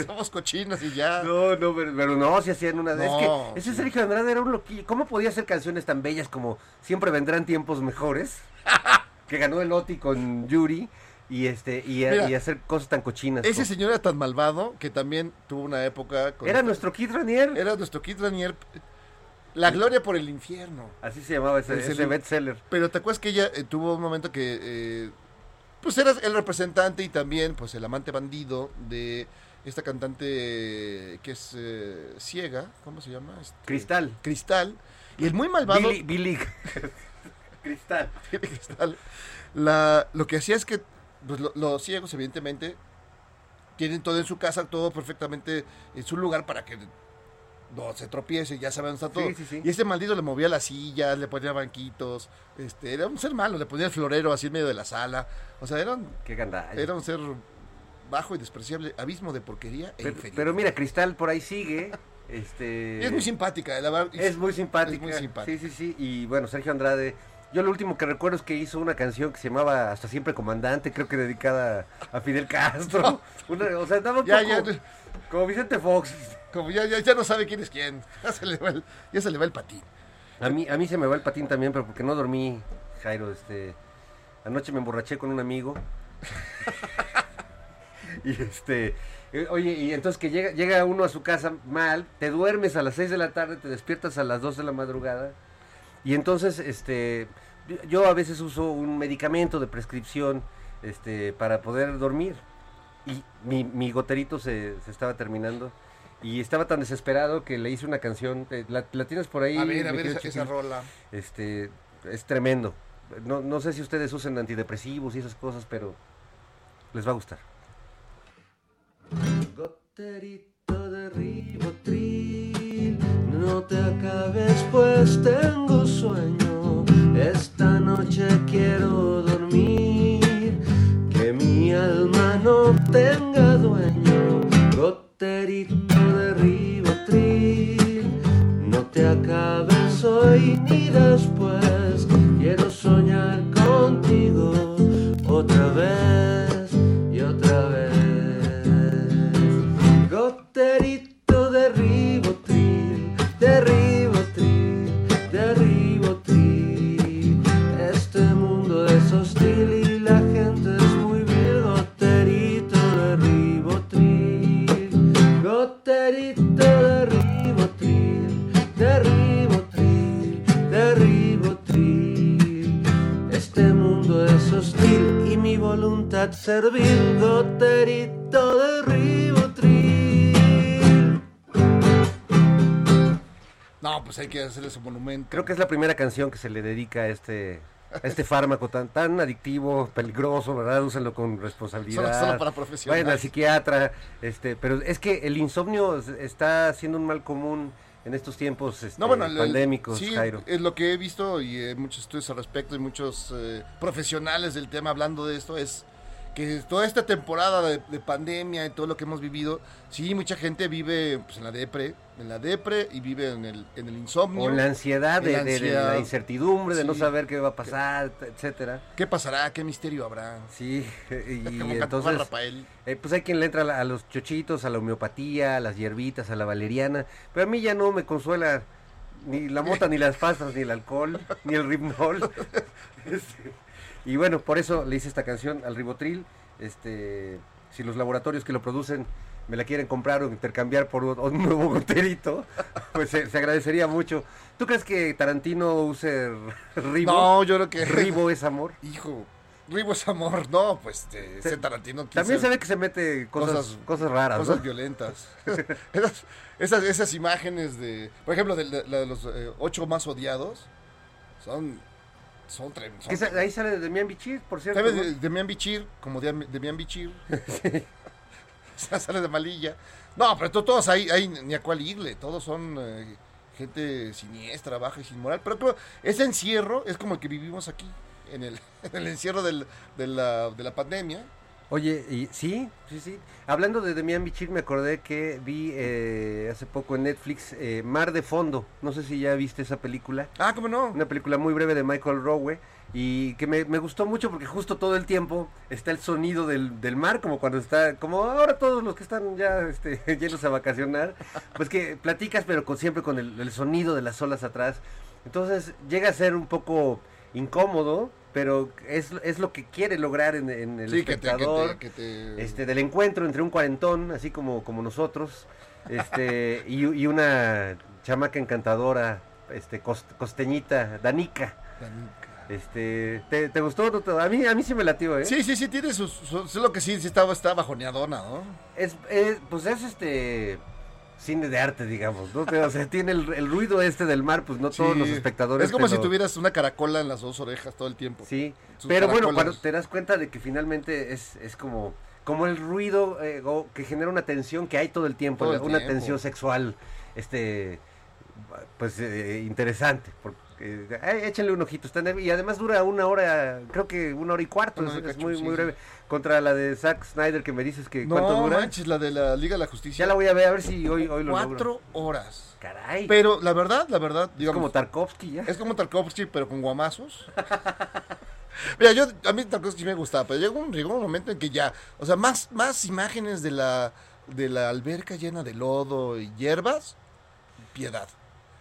Speaker 2: Somos cochinos y ya.
Speaker 1: No, no, pero, pero no, si hacían una de... es
Speaker 2: No,
Speaker 1: que ese
Speaker 2: sí.
Speaker 1: Sergio Andrade era un loquillo. ¿Cómo podía hacer canciones tan bellas como Siempre vendrán tiempos mejores? que ganó el Oti con Yuri y este y, a-
Speaker 2: Mira,
Speaker 1: y hacer cosas tan cochinas.
Speaker 2: Ese
Speaker 1: como-
Speaker 2: señor era tan malvado que también tuvo una época. con- este.
Speaker 1: Era nuestro Kid Ranier.
Speaker 2: era nuestro Kid Ranier. La gloria por el infierno.
Speaker 1: Así se llamaba ese,
Speaker 2: Ese
Speaker 1: ese
Speaker 2: li-
Speaker 1: bestseller.
Speaker 2: Pero te acuerdas que ella eh, tuvo un momento que eh, pues era el representante y también pues el amante bandido de esta cantante eh, que es eh, ciega, ¿cómo se llama? Este,
Speaker 1: Cristal.
Speaker 2: Cristal. Y el muy malvado
Speaker 1: Billy, Billy. Cristal.
Speaker 2: Cristal, la- lo que hacía es que pues, lo- los ciegos evidentemente tienen todo en su casa, todo perfectamente en su lugar para que no se tropiece, ya saben dónde está todo.
Speaker 1: Sí, sí, sí.
Speaker 2: Y este maldito le movía las sillas, le ponía banquitos, este, era un ser malo, le ponía el florero así en medio de la sala. O sea, era un,
Speaker 1: Qué gandalla.
Speaker 2: era un ser bajo y despreciable, abismo de porquería e
Speaker 1: Pero,
Speaker 2: inferior.
Speaker 1: pero mira, Cristal por ahí sigue.
Speaker 2: Y
Speaker 1: Este
Speaker 2: es muy simpática, la verdad. y-
Speaker 1: Es muy simpática.
Speaker 2: Es muy simpática.
Speaker 1: Sí, sí, sí. Y bueno, Sergio Andrade. Yo lo último que recuerdo es que hizo una canción que se llamaba Hasta siempre comandante, creo que dedicada a Fidel Castro. Una- o sea, andaba un
Speaker 2: Ya,
Speaker 1: poco
Speaker 2: ya.
Speaker 1: como Vicente Fox.
Speaker 2: Como ya, ya, ya no sabe quién es quién, ya se le va el, ya se le va el patín.
Speaker 1: A mí, a mí se me va el patín también, pero porque no dormí, Jairo. Este, anoche me emborraché con un amigo. y este, eh, oye, y entonces que llega, llega uno a su casa mal, te duermes a las 6 de la tarde, te despiertas a las 2 de la madrugada. Y entonces, este, yo- yo a veces uso un medicamento de prescripción este, para poder dormir. Y mi, mi goterito se, se estaba terminando. Y estaba tan desesperado que le hice una canción. eh, ¿La, la tienes por ahí?
Speaker 2: A ver, a
Speaker 1: mi querido
Speaker 2: ver esa,
Speaker 1: Chiquín?
Speaker 2: esa rola.
Speaker 1: Este, es tremendo. No, no sé si ustedes usen antidepresivos y esas cosas, pero les va a gustar.
Speaker 5: Goterito de ribotril, no te acabes pues tengo sueño. Esta noche quiero dormir, que mi alma no tenga dueño. Goterito de ribotril, no te acabes hoy ni después. Quiero soñar contigo otra vez y otra vez. Goterito de Este ribotril, de ribotril, de ribotril.
Speaker 6: Este servindo terito de ribotril.
Speaker 2: No, pues hay que hacerle su monumento.
Speaker 1: Creo que es la primera canción que se le dedica a este, a este fármaco tan, tan adictivo, peligroso, ¿verdad? Úsenlo con responsabilidad.
Speaker 2: Solo- solo para profesionales.
Speaker 1: Vayan al psiquiatra. Este, pero es que el insomnio es- está siendo un mal común en estos tiempos este,
Speaker 2: No, bueno, el- el-
Speaker 1: pandémicos,
Speaker 2: sí,
Speaker 1: Jairo.
Speaker 2: es lo que he visto y eh, muchos estudios al respecto y muchos eh, profesionales del tema hablando de esto es que toda esta temporada de, de pandemia y todo lo que hemos vivido, sí, mucha gente vive pues, en la depre, en la depre y vive en el, en el insomnio.
Speaker 1: O la ansiedad, de,
Speaker 2: La
Speaker 1: de- de
Speaker 2: ansiedad.
Speaker 1: la incertidumbre, de no
Speaker 2: Sí.
Speaker 1: saber qué va a pasar, etcétera.
Speaker 2: ¿Qué pasará? ¿Qué misterio habrá?
Speaker 1: Sí, y
Speaker 2: Como cantaba
Speaker 1: entonces...
Speaker 2: Rafael.
Speaker 1: Eh, pues hay quien le entra a la- a los chochitos, a la homeopatía, a las hierbitas, a la valeriana, pero a mí ya no me consuela ni la mota, ni las pastas, ni el alcohol, ni el ribnol. Este, y bueno, por eso le hice esta canción al ribotril. Este, si los laboratorios que lo producen me la quieren comprar o intercambiar por un, un nuevo goterito, pues se, se agradecería mucho. ¿Tú crees que Tarantino use ribo?
Speaker 2: No, yo creo que...
Speaker 1: Ribo es amor.
Speaker 2: Hijo, Ribo es amor. No, pues este, ese Tarantino... quién
Speaker 1: También se
Speaker 2: sabe.
Speaker 1: ve que se mete cosas, cosas, raras.
Speaker 2: Cosas
Speaker 1: ¿no?
Speaker 2: violentas. esas, esas, esas imágenes de. Por ejemplo, de, la- la de los eh, ocho más odiados. Son. Son
Speaker 1: Que
Speaker 2: tremendos.
Speaker 1: sa- ahí sale Demian Bichir, por cierto.
Speaker 2: ¿Sabes?
Speaker 1: ¿no?
Speaker 2: De, Demian Bichir, como de, Demian Bichir. O sea, sale de malilla. No, pero to- todos ahí, ahí ni a cuál irle. Todos son eh, gente siniestra, baja y sin moral. Pero creo, ese encierro es como el que vivimos aquí. En el, en el encierro del- de, la, de la pandemia.
Speaker 1: Oye, y, sí, sí, sí. Hablando de Demian Bichir, me acordé que vi eh, hace poco en Netflix eh, Mar de Fondo. No sé si ya viste esa película.
Speaker 2: Ah, ¿cómo no?
Speaker 1: Una película muy breve de Michael Rowe y que me, me gustó mucho porque justo todo el tiempo está el sonido del, del mar, como cuando está, como ahora todos los que están ya este, llenos a vacacionar, pues que platicas pero con, siempre con el, el sonido de las olas atrás. Entonces llega a ser un poco incómodo, pero es, es lo que quiere lograr en, en el
Speaker 2: Sí, que te- que te-
Speaker 1: espectador
Speaker 2: que te-
Speaker 1: este, del encuentro entre un cuarentón, así como, como nosotros, este, y, y una chamaca encantadora, este, cos- costeñita, Danica. Este, ¿te, te gustó? ¿No te- A mí, a mí sí me latió, ¿eh?
Speaker 2: Sí, sí, sí, tiene sus. sus- solo que sí, sí está, está bajoneadona, ¿no?
Speaker 1: Es, eh, pues es este cine de arte, digamos, ¿no? O sea, tiene el, el ruido este del mar, pues no todos
Speaker 2: Sí.
Speaker 1: los espectadores.
Speaker 2: Es como
Speaker 1: te
Speaker 2: si
Speaker 1: lo-
Speaker 2: tuvieras una caracola en las dos orejas todo el tiempo.
Speaker 1: Sí,
Speaker 2: Sus
Speaker 1: pero bueno,
Speaker 2: caracolas.
Speaker 1: cuando te das cuenta de que finalmente es, es como, como el ruido eh, o que genera una tensión que hay todo el tiempo,
Speaker 2: Todo el
Speaker 1: una
Speaker 2: tiempo.
Speaker 1: tensión sexual, este, pues eh, interesante. Porque, eh, échenle un ojito, está en- y además dura una hora, creo que una hora y cuarto,
Speaker 2: Una
Speaker 1: es,
Speaker 2: hora y
Speaker 1: es
Speaker 2: cacho,
Speaker 1: muy,
Speaker 2: sí,
Speaker 1: muy
Speaker 2: sí.
Speaker 1: breve. Contra la de Zack Snyder que me dices que cuánto
Speaker 2: No
Speaker 1: dura.
Speaker 2: manches, la de la Liga de la Justicia.
Speaker 1: Ya la voy a ver, a ver si hoy, hoy lo
Speaker 2: Cuatro
Speaker 1: logro.
Speaker 2: horas.
Speaker 1: Caray,
Speaker 2: Pero la verdad, la verdad,
Speaker 1: es
Speaker 2: digamos.
Speaker 1: como Tarkovsky ya.
Speaker 2: es como Tarkovsky, pero con guamazos. Mira, yo, a mí Tarkovsky me gustaba, pero llegó un, llegó un momento en que ya. O sea, más, más imágenes de la, de la alberca llena de lodo y hierbas. Piedad.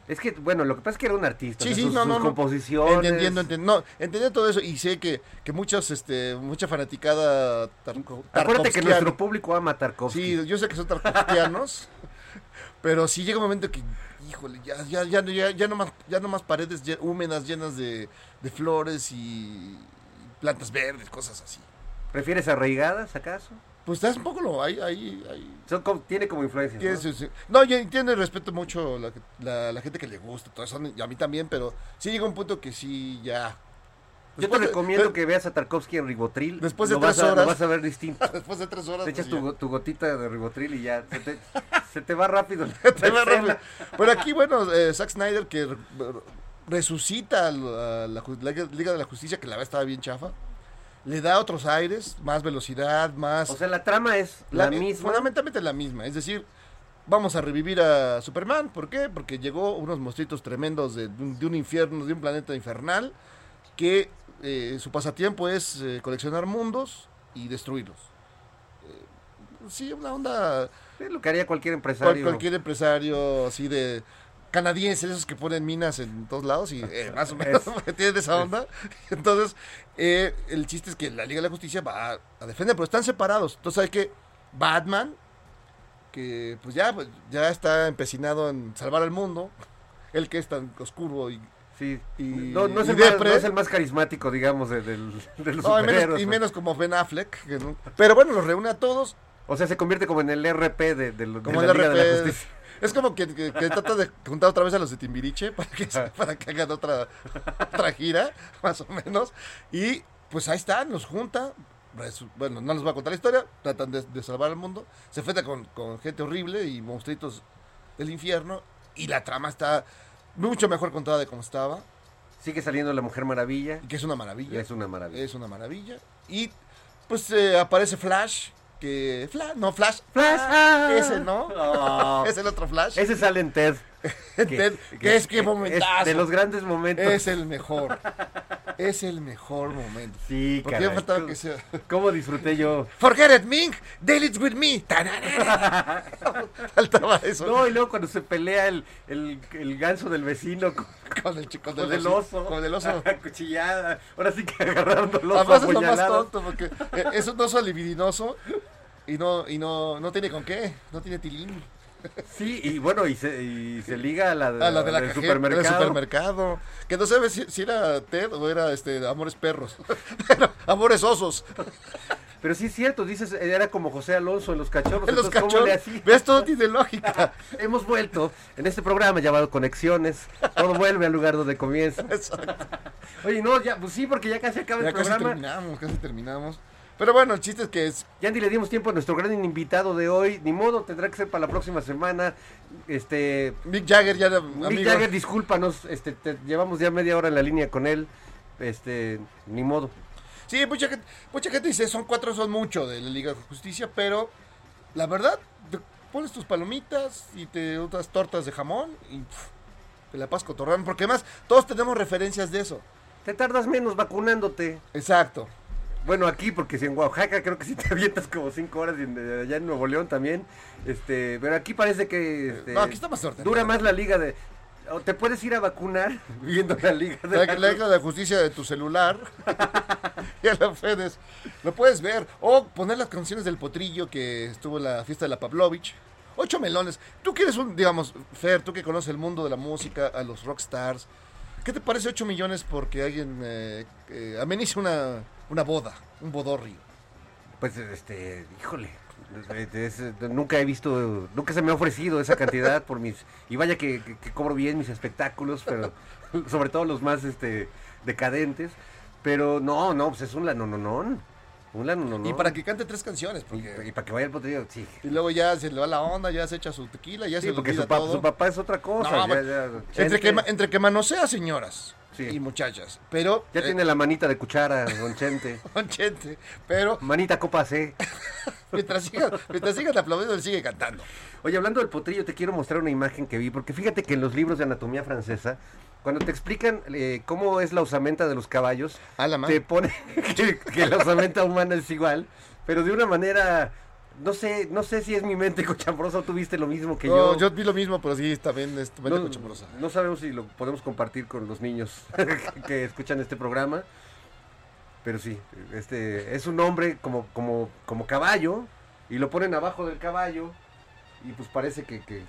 Speaker 1: Es que, bueno, lo que pasa es que era un artista,
Speaker 2: Sí,
Speaker 1: o sea,
Speaker 2: sí,
Speaker 1: sus,
Speaker 2: no,
Speaker 1: sus
Speaker 2: no, no.
Speaker 1: composiciones.
Speaker 2: Entendiendo, enten- no, entendiendo todo eso y sé que, que muchos, este, mucha fanaticada tarco,
Speaker 1: Acuérdate que
Speaker 2: tarkovskiana-
Speaker 1: nuestro público ama Tarkovsky.
Speaker 2: Sí, yo sé que son tarkovskianos, pero sí llega un momento que, híjole, ya, ya, ya, ya, ya no más, ya no más paredes lle- húmedas llenas de, de flores y plantas verdes, cosas así.
Speaker 1: ¿Prefieres arraigadas acaso?
Speaker 2: Pues estás un poco lo, ahí, ahí, ahí.
Speaker 1: Son como- tiene como influencias.
Speaker 2: Tiene
Speaker 1: ¿no?
Speaker 2: su- su- No, yo entiendo y respeto mucho la, la- la gente que le gusta, todo eso, y a mí también, pero sí llega un punto que sí,
Speaker 1: Yo
Speaker 2: ya,
Speaker 1: te
Speaker 2: Después de-
Speaker 1: recomiendo
Speaker 2: de-
Speaker 1: que veas a Tarkovsky en Ribotril.
Speaker 2: Después de
Speaker 1: lo
Speaker 2: tres
Speaker 1: vas a, lo
Speaker 2: horas.
Speaker 1: vas a ver distinto.
Speaker 2: Después de tres horas.
Speaker 1: Te echas
Speaker 2: pues,
Speaker 1: tu,
Speaker 2: ya.
Speaker 1: tu gotita de Ribotril y ya. Se te, se te va rápido. la
Speaker 2: Te va
Speaker 1: escena.
Speaker 2: rápido. Pero aquí, bueno, eh, Zack Snyder que re- resucita a la, a la ju- la Liga de la Justicia, que la verdad estaba bien chafa, le da otros aires, más velocidad, más...
Speaker 1: O sea, la trama es la,
Speaker 2: eh,
Speaker 1: misma.
Speaker 2: Fundamentalmente la misma. Es decir, vamos a revivir a Superman. ¿Por qué? Porque llegó unos monstruitos tremendos de, de un, de un infierno, de un planeta infernal, que eh, su pasatiempo es eh, coleccionar mundos y destruirlos. Eh, sí, una onda...
Speaker 1: Es lo que haría cualquier empresario.
Speaker 2: Cual- cualquier empresario así de canadiense, esos que ponen minas en todos lados y eh, más o menos tienen esa onda. Entonces, eh, el chiste es que la Liga de la Justicia va a, a defender, pero están separados. Entonces hay que Batman, que pues ya, pues, ya está empecinado en salvar al mundo, el que es tan oscuro y
Speaker 1: Sí.
Speaker 2: Y-
Speaker 1: no, no es
Speaker 2: y
Speaker 1: el más,
Speaker 2: Depre.
Speaker 1: no es el más carismático, digamos, de, del- de los
Speaker 2: No, y, menos,
Speaker 1: superhéroes,
Speaker 2: y
Speaker 1: ¿no?
Speaker 2: menos como Ben Affleck. que no- Pero bueno, los reúne a todos.
Speaker 1: O sea, se convierte como en el RP de, de lo- de
Speaker 2: Como
Speaker 1: la
Speaker 2: el
Speaker 1: Liga de la
Speaker 2: RP.
Speaker 1: Justicia.
Speaker 2: Es como que, que- que trata de juntar otra vez a los de Timbiriche para que, para que hagan otra, otra gira, más o menos. Y pues ahí están, los junta. Resu- Bueno, no les voy a contar la historia. Tratan de, de salvar al mundo. Se enfrenta con, con gente horrible y monstruitos del infierno. Y la trama está mucho mejor contada de como estaba.
Speaker 1: Sigue saliendo la Mujer Maravilla.
Speaker 2: Y que es una maravilla.
Speaker 1: Es una maravilla.
Speaker 2: Es una maravilla. Y pues eh, aparece Flash, que... Flash, no, Flash.
Speaker 1: Flash, ah.
Speaker 2: ese no.
Speaker 1: No.
Speaker 2: es el otro Flash.
Speaker 1: Ah. Ese sale en Ted.
Speaker 2: Ted, que, es que momentazo.
Speaker 1: de los grandes momentos.
Speaker 2: Es el mejor. es el mejor momento.
Speaker 1: Sí,
Speaker 2: Porque
Speaker 1: caray.
Speaker 2: faltaba
Speaker 1: ¿Cómo-
Speaker 2: que sea...
Speaker 1: ¿Cómo disfruté yo?
Speaker 2: Forget it, Ming. Deal it with me. Tararara. faltaba eso.
Speaker 1: No, y luego cuando se pelea el, el, el ganso del vecino con,
Speaker 2: con el chico
Speaker 1: con el oso.
Speaker 2: Con el oso.
Speaker 1: A cuchillada. Ahora sí que agarrando los
Speaker 2: Además es lo más
Speaker 1: apuñaladas.
Speaker 2: tonto porque eh, es un oso libidinoso y no, y no, no tiene con qué, no tiene tilín.
Speaker 1: Sí, y bueno, y se, y se liga a la, de,
Speaker 2: A Ah, la de la
Speaker 1: del
Speaker 2: cajeta,
Speaker 1: supermercado.
Speaker 2: del supermercado. Que no sabes si, si era Ted o era este Amores Perros. Pero, amores Osos.
Speaker 1: Pero sí es cierto, dices, era como José Alonso en Los Cachorros.
Speaker 2: En los
Speaker 1: entonces, ¿cómo le
Speaker 2: cachones.
Speaker 1: hacía?
Speaker 2: ¿Ves? Todo tiene lógica.
Speaker 1: Hemos vuelto en este programa llamado Conexiones. Todo vuelve al lugar donde comienza.
Speaker 2: Exacto.
Speaker 1: Oye, no, ya, pues sí, porque ya casi acaba
Speaker 2: Ya
Speaker 1: el
Speaker 2: casi
Speaker 1: programa.
Speaker 2: terminamos, casi terminamos. Pero bueno, el chiste es que es
Speaker 1: Ya ni le dimos tiempo a nuestro gran invitado de hoy. Ni modo, tendrá que ser para la próxima semana. Este.
Speaker 2: Mick Jagger ya era
Speaker 1: Mick
Speaker 2: amigo.
Speaker 1: Jagger, discúlpanos. Este, te- llevamos ya media hora en la línea con él. Este, ni modo.
Speaker 2: Sí, mucha gente, mucha gente dice, son cuatro, son mucho de la Liga de Justicia, pero la verdad, te pones tus palomitas y te otras tortas de jamón y pf, te la pasas cotorreando, porque además todos tenemos referencias de eso.
Speaker 1: Te tardas menos vacunándote.
Speaker 2: Exacto.
Speaker 1: Bueno, aquí, porque si en Oaxaca creo que si te avientas como cinco horas y en- eh, allá en Nuevo León también. Este, pero aquí parece que este,
Speaker 2: No, aquí está más ordenado.
Speaker 1: dura más la liga de. o te puedes ir a vacunar viendo la liga de.
Speaker 2: La,
Speaker 1: la-
Speaker 2: la Liga de Justicia de tu celular y a la Fedes. Lo puedes ver. O poner las canciones del potrillo que estuvo en la fiesta de la Pavlovich. Ocho melones. Tú que eres un, digamos, Fer, tú que conoces el mundo de la música, a los rockstars. ¿Qué te parece 8 millones porque alguien eh, eh, amenice una, una boda, un bodorrio?
Speaker 1: Pues, este, híjole. eh, es- es- nunca he visto, nunca se me ha ofrecido esa cantidad por mis. Y vaya que, que- que cobro bien mis espectáculos, pero sobre todo los más este, decadentes. Pero no, no, pues es un lanononón. Un lanononón.
Speaker 2: Y para que cante tres canciones.
Speaker 1: Y,
Speaker 2: Porque,
Speaker 1: para que vaya el potrillo, sí.
Speaker 2: y luego ya se le va la onda, ya se echa su tequila, ya
Speaker 1: Sí,
Speaker 2: se le
Speaker 1: porque
Speaker 2: olvida
Speaker 1: su, pa-
Speaker 2: todo.
Speaker 1: su papá es otra cosa.
Speaker 2: No,
Speaker 1: ya-
Speaker 2: pues, bueno,
Speaker 1: ya-
Speaker 2: entre,
Speaker 1: Chente
Speaker 2: que, ma- entre que manosea señoras
Speaker 1: Sí.
Speaker 2: y muchachas. Pero.
Speaker 1: ya
Speaker 2: eh,
Speaker 1: tiene la manita de cuchara, don Chente.
Speaker 2: Don Chente, pero
Speaker 1: Manita copa C.
Speaker 2: mientras sigan, mientras sigan aplaudiendo, él sigue cantando.
Speaker 1: Oye, hablando del potrillo, te quiero mostrar una imagen que vi, porque fíjate que en los libros de anatomía francesa, cuando te explican eh, cómo es la osamenta de los caballos,
Speaker 2: A la madre.
Speaker 1: te pone que, que la osamenta humana es igual, pero de una manera, no sé, no sé si es mi mente cochambrosa o tú viste lo mismo que
Speaker 2: No, Oh, yo... vi lo mismo, pero sí, también es mente
Speaker 1: no,
Speaker 2: cochambrosa.
Speaker 1: no sabemos si lo podemos compartir con los niños que escuchan este programa. Pero sí, este es un hombre como, como, como caballo y lo ponen abajo del caballo y pues parece que, que-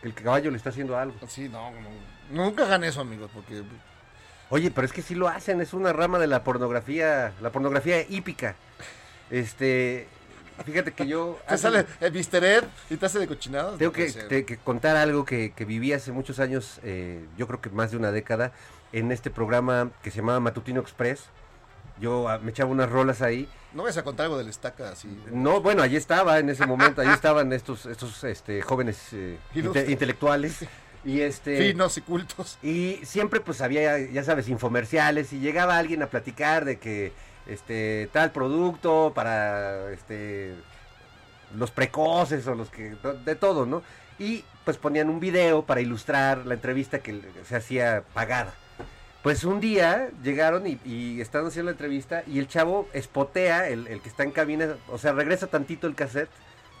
Speaker 1: que el caballo le está haciendo algo.
Speaker 2: Sí, no, no, nunca hagan eso, amigos, porque
Speaker 1: Oye, pero es que sí lo hacen, es una rama de la pornografía, la pornografía hípica. Este, fíjate que yo...
Speaker 2: te
Speaker 1: hace-
Speaker 2: sale el Mr. Ed y te hace de cochinadas.
Speaker 1: Tengo
Speaker 2: no
Speaker 1: que,
Speaker 2: puede ser.
Speaker 1: te- que contar algo que, que viví hace muchos años, eh, yo creo que más de una década, en este programa que se llamaba Matutino Express. Yo ah, me echaba unas rolas ahí.
Speaker 2: No vayas a contar algo de la estaca así.
Speaker 1: No, bueno, allí estaba en ese momento, allí estaban estos, estos este, jóvenes eh,
Speaker 2: Ilustres.
Speaker 1: inte- intelectuales. Y este.
Speaker 2: Finos y cultos.
Speaker 1: Y siempre pues había, ya sabes, infomerciales y llegaba alguien a platicar de que este tal producto para este los precoces o los que de todo, ¿no? Y pues ponían un video para ilustrar la entrevista que se hacía pagada. Pues un día llegaron y, y están haciendo la entrevista y el chavo espotea, el, el que está en cabina, o sea, regresa tantito el cassette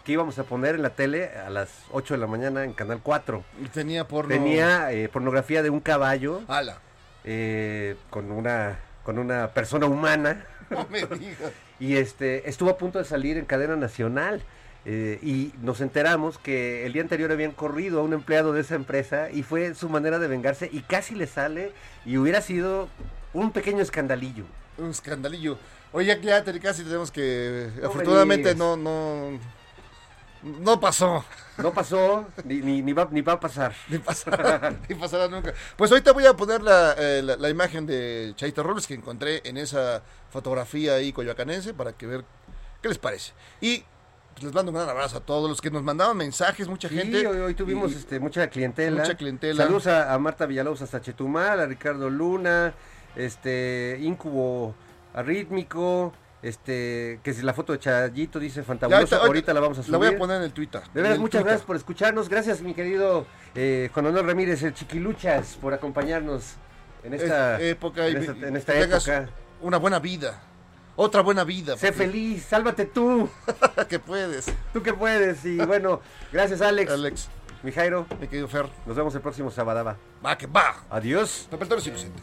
Speaker 1: que íbamos a poner en la tele a las 8 de la mañana en Canal 4.
Speaker 2: Y Tenía porno.
Speaker 1: Tenía eh, pornografía de un caballo
Speaker 2: Ala,
Speaker 1: eh, con una con una persona humana
Speaker 2: no me digas.
Speaker 1: y este estuvo a punto de salir en cadena nacional Eh, y nos enteramos que el día anterior habían corrido a un empleado de esa empresa y fue su manera de vengarse y casi le sale y hubiera sido un pequeño escandalillo.
Speaker 2: Un escandalillo. Oye, ya te- casi tenemos que. afortunadamente
Speaker 1: digas.
Speaker 2: no, no. No pasó.
Speaker 1: No pasó, ni, ni, ni va, ni va a pasar.
Speaker 2: Ni pasará, ni pasará nunca. Pues ahorita voy a poner la, eh, la- la imagen de Chaito Robles que encontré en esa fotografía ahí coyoacanense para que ver qué les parece. Y pues, les mando un gran abrazo a todos los que nos mandaban mensajes, mucha
Speaker 1: Sí,
Speaker 2: gente.
Speaker 1: hoy, hoy tuvimos
Speaker 2: Y-
Speaker 1: este, mucha clientela.
Speaker 2: mucha clientela.
Speaker 1: Saludos a, a Marta Villalobos hasta Chetumal, a Ricardo Luna, este Incubo Arrítmico, este que es la foto de Chayito dice
Speaker 2: Ya,
Speaker 1: fantabuloso, ahorita, la vamos a subir.
Speaker 2: La voy a poner en el Twitter.
Speaker 1: De
Speaker 2: en
Speaker 1: veras,
Speaker 2: el
Speaker 1: muchas
Speaker 2: Twitter.
Speaker 1: gracias por escucharnos. Gracias, mi querido eh, Juan Manuel Ramírez, el Chiquiluchas, por acompañarnos en esta
Speaker 2: Es- época y
Speaker 1: en
Speaker 2: vi-
Speaker 1: esta, en
Speaker 2: que
Speaker 1: esta
Speaker 2: tengas
Speaker 1: época.
Speaker 2: Una buena vida. Otra buena vida.
Speaker 1: Sé feliz, sálvate tú,
Speaker 2: porque- que puedes,
Speaker 1: tú que puedes. Y bueno, gracias, Alex.
Speaker 2: Alex.
Speaker 1: Mi Jairo,
Speaker 2: Mi querido Fer.
Speaker 1: nos vemos el próximo sábado.
Speaker 2: Va que va.
Speaker 1: Adiós.
Speaker 2: Repertorio es inocente.